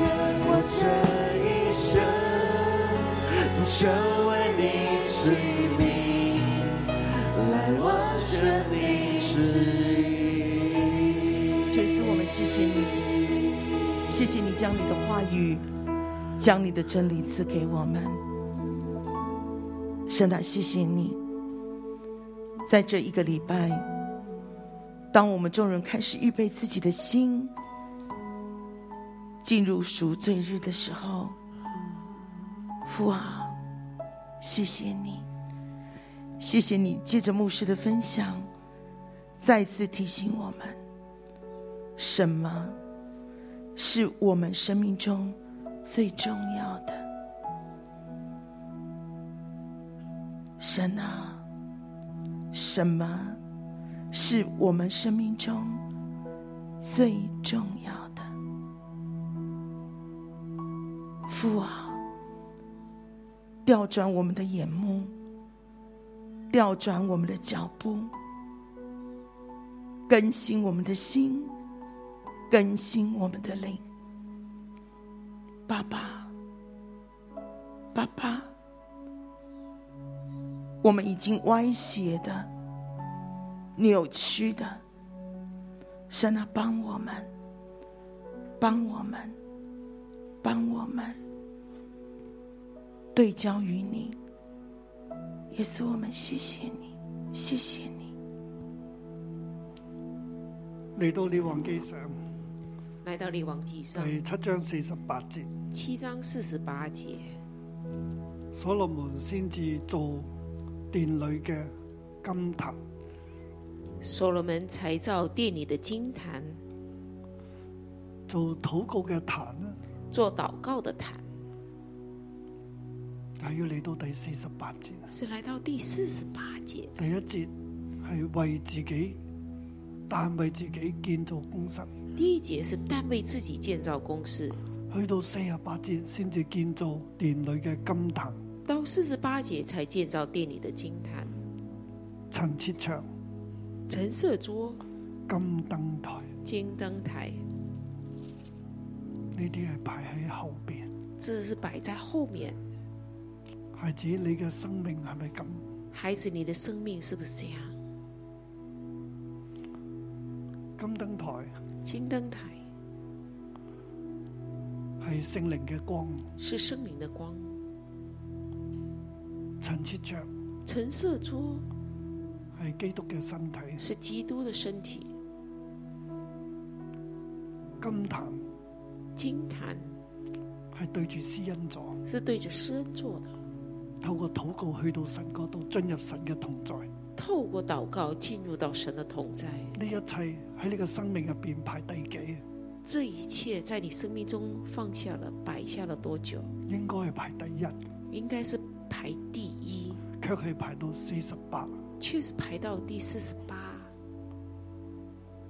Speaker 4: 愿我这一生成为你器皿，来完成你旨意。
Speaker 9: 这次我们谢谢你，谢谢你将你的话语，将你的真理赐给我们。神啊，谢谢你，在这一个礼拜，当我们众人开始预备自己的心，进入赎罪日的时候，父啊，谢谢你，谢谢你借着牧师的分享，再次提醒我们，什么是我们生命中最重要的？神啊，什么是我们生命中最重要的？父啊，调转我们的眼目，调转我们的脚步，更新我们的心，更新我们的灵。爸爸，爸爸。我们已经歪斜的、扭曲的。神啊，帮我们，帮我们，帮我们对焦于你。耶稣，我们谢谢你，谢谢你。
Speaker 2: 嚟到列王記上
Speaker 3: 来到列王记上
Speaker 2: 第七章四十八節，
Speaker 3: 七章四十八节，
Speaker 2: 所羅門先至做殿裏嘅金壇。
Speaker 3: 所罗门才造殿里的金坛，
Speaker 2: 做禱告嘅壇呢，
Speaker 3: 做祷告的坛，
Speaker 2: 就係要嚟到第四十八節。
Speaker 3: 是来到第四十八节。
Speaker 2: 第一節係為自己，但為自己建造公室。
Speaker 3: 第一节是但为自己建造公司，
Speaker 2: 去到四十八節先至建造殿裏嘅金壇、
Speaker 3: 到四十八节才建造殿里的金坛、
Speaker 2: 陳設牆、
Speaker 3: 陈设桌、
Speaker 2: 金燈台，
Speaker 3: 金灯台，
Speaker 2: 呢啲係排喺後邊。
Speaker 3: 这是摆在后面。
Speaker 2: 孩子，你嘅生命係咪咁？
Speaker 3: 孩子，你的生命是不是这样？
Speaker 2: 金燈台
Speaker 3: 金灯台
Speaker 2: 係聖靈嘅光，
Speaker 3: 是圣灵的光，
Speaker 2: 陳設牆
Speaker 3: 陈设桌
Speaker 2: 係基督嘅身體，
Speaker 3: 是基督的身体，
Speaker 2: 金壇
Speaker 3: 金坛
Speaker 2: 係對住施恩座，
Speaker 3: 是对着施恩座的，
Speaker 2: 透過禱告去到神嗰度，進入神嘅同在。呢
Speaker 3: 透过祷告进入到神的同在。
Speaker 2: 一切喺你嘅生命入邊排第幾？
Speaker 3: 这一切在你生命中放下了、摆下了多久？
Speaker 2: 應該係排第一，
Speaker 3: 应该是排第一，
Speaker 2: 卻係排到四十八。
Speaker 3: 确实排到第四十八。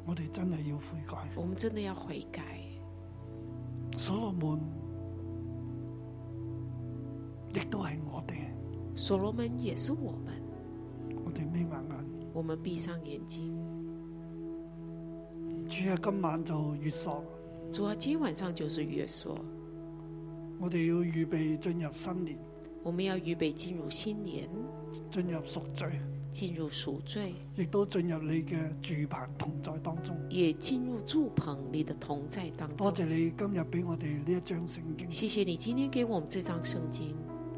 Speaker 2: 我哋真係要悔改。
Speaker 3: 我们真的要悔改。
Speaker 2: 所羅門亦都係我哋，
Speaker 3: 所罗门也是我们，
Speaker 2: 我哋眯埋眼。
Speaker 3: 我们闭上眼睛。
Speaker 2: 主啊，今晚就月朔，
Speaker 3: 主啊，今晚上就是约说，
Speaker 2: 我哋要預備進入新年，
Speaker 3: 我们要预备进入新年，
Speaker 2: 進入贖罪，
Speaker 3: 进入赎罪，
Speaker 2: 亦都進入你嘅住棚同在當中。
Speaker 3: 也进入住棚你的同在当
Speaker 2: 多謝
Speaker 3: 中。
Speaker 2: 你今日俾我哋呢一張聖經，
Speaker 3: 谢谢你今天给我们这张圣经，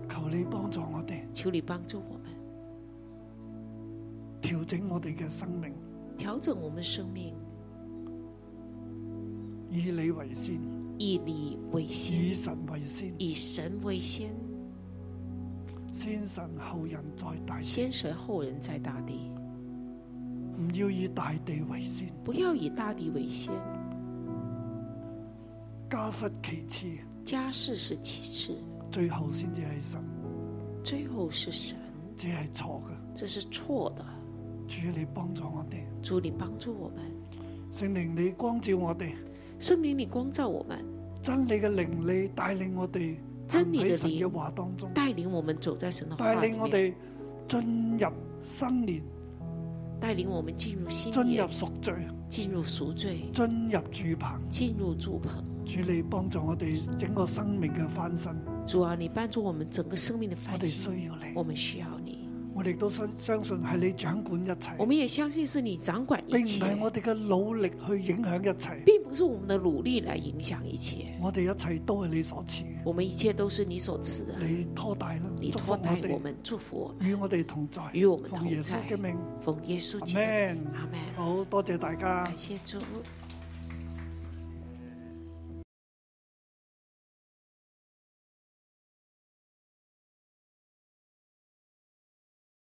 Speaker 2: 求你幫助我哋
Speaker 3: 求你帮助我们
Speaker 2: 調整我哋嘅生命，
Speaker 3: 调整我们的生命，
Speaker 2: 以你為先，
Speaker 3: 以你为先，
Speaker 2: 以神為先，
Speaker 3: 以神为先，
Speaker 2: 先神後人在大地，
Speaker 3: 先神后人在大地，
Speaker 2: 唔要以大地為先，
Speaker 3: 不要以大地为先，
Speaker 2: 家室其次，
Speaker 3: 家事是其次，
Speaker 2: 最後先至係神。
Speaker 3: 最后是神，
Speaker 2: 这系错嘅。
Speaker 3: 这是错的。
Speaker 2: 主你帮助我哋，
Speaker 3: 主，你帮助我们，
Speaker 2: 圣灵你光照我哋，
Speaker 3: 圣灵你光照我们，
Speaker 2: 真理嘅灵你带领我哋
Speaker 3: 真理嘅
Speaker 2: 喺
Speaker 3: 灵
Speaker 2: 神嘅话当中，
Speaker 3: 带领我们走在神的话
Speaker 2: 带
Speaker 3: 里
Speaker 2: 领我
Speaker 3: 面，
Speaker 2: 哋进入新年，
Speaker 3: 带领我们进入新
Speaker 2: 进入
Speaker 3: 年，
Speaker 2: 赎罪，
Speaker 3: 进入赎罪，
Speaker 2: 进入住棚。
Speaker 3: 进入祝棚。
Speaker 2: 主你帮助我哋整个生命嘅翻身，
Speaker 3: 主啊，你帮助我们整个生命的
Speaker 2: 我
Speaker 3: 翻
Speaker 2: 哋
Speaker 3: 新，
Speaker 2: 需要你
Speaker 3: 我，们需要你。
Speaker 2: 我哋都相相信系你掌管一切，
Speaker 3: 我们也相信是你掌管
Speaker 2: 哎并
Speaker 3: 一
Speaker 2: 唔
Speaker 3: 切，
Speaker 2: 系我哋嘅努力去影响一切，
Speaker 3: 并不是我们的努力来影响一切，
Speaker 2: 我哋一切都系你所赐嘅，
Speaker 3: 我们一切都是你所赐的，
Speaker 2: 你拖帶啦，
Speaker 3: 你
Speaker 2: 祝福
Speaker 3: 托
Speaker 2: 我
Speaker 3: 带我
Speaker 2: 哋，
Speaker 3: 們，祝福我們，
Speaker 2: 與我哋同在，
Speaker 3: 與我們
Speaker 2: 奉
Speaker 3: 同
Speaker 2: 耶
Speaker 3: 在
Speaker 2: 穌嘅名，
Speaker 3: 奉耶穌基督的名
Speaker 2: Amen
Speaker 3: 阿門。
Speaker 2: 好多謝大家
Speaker 3: 感。谢主。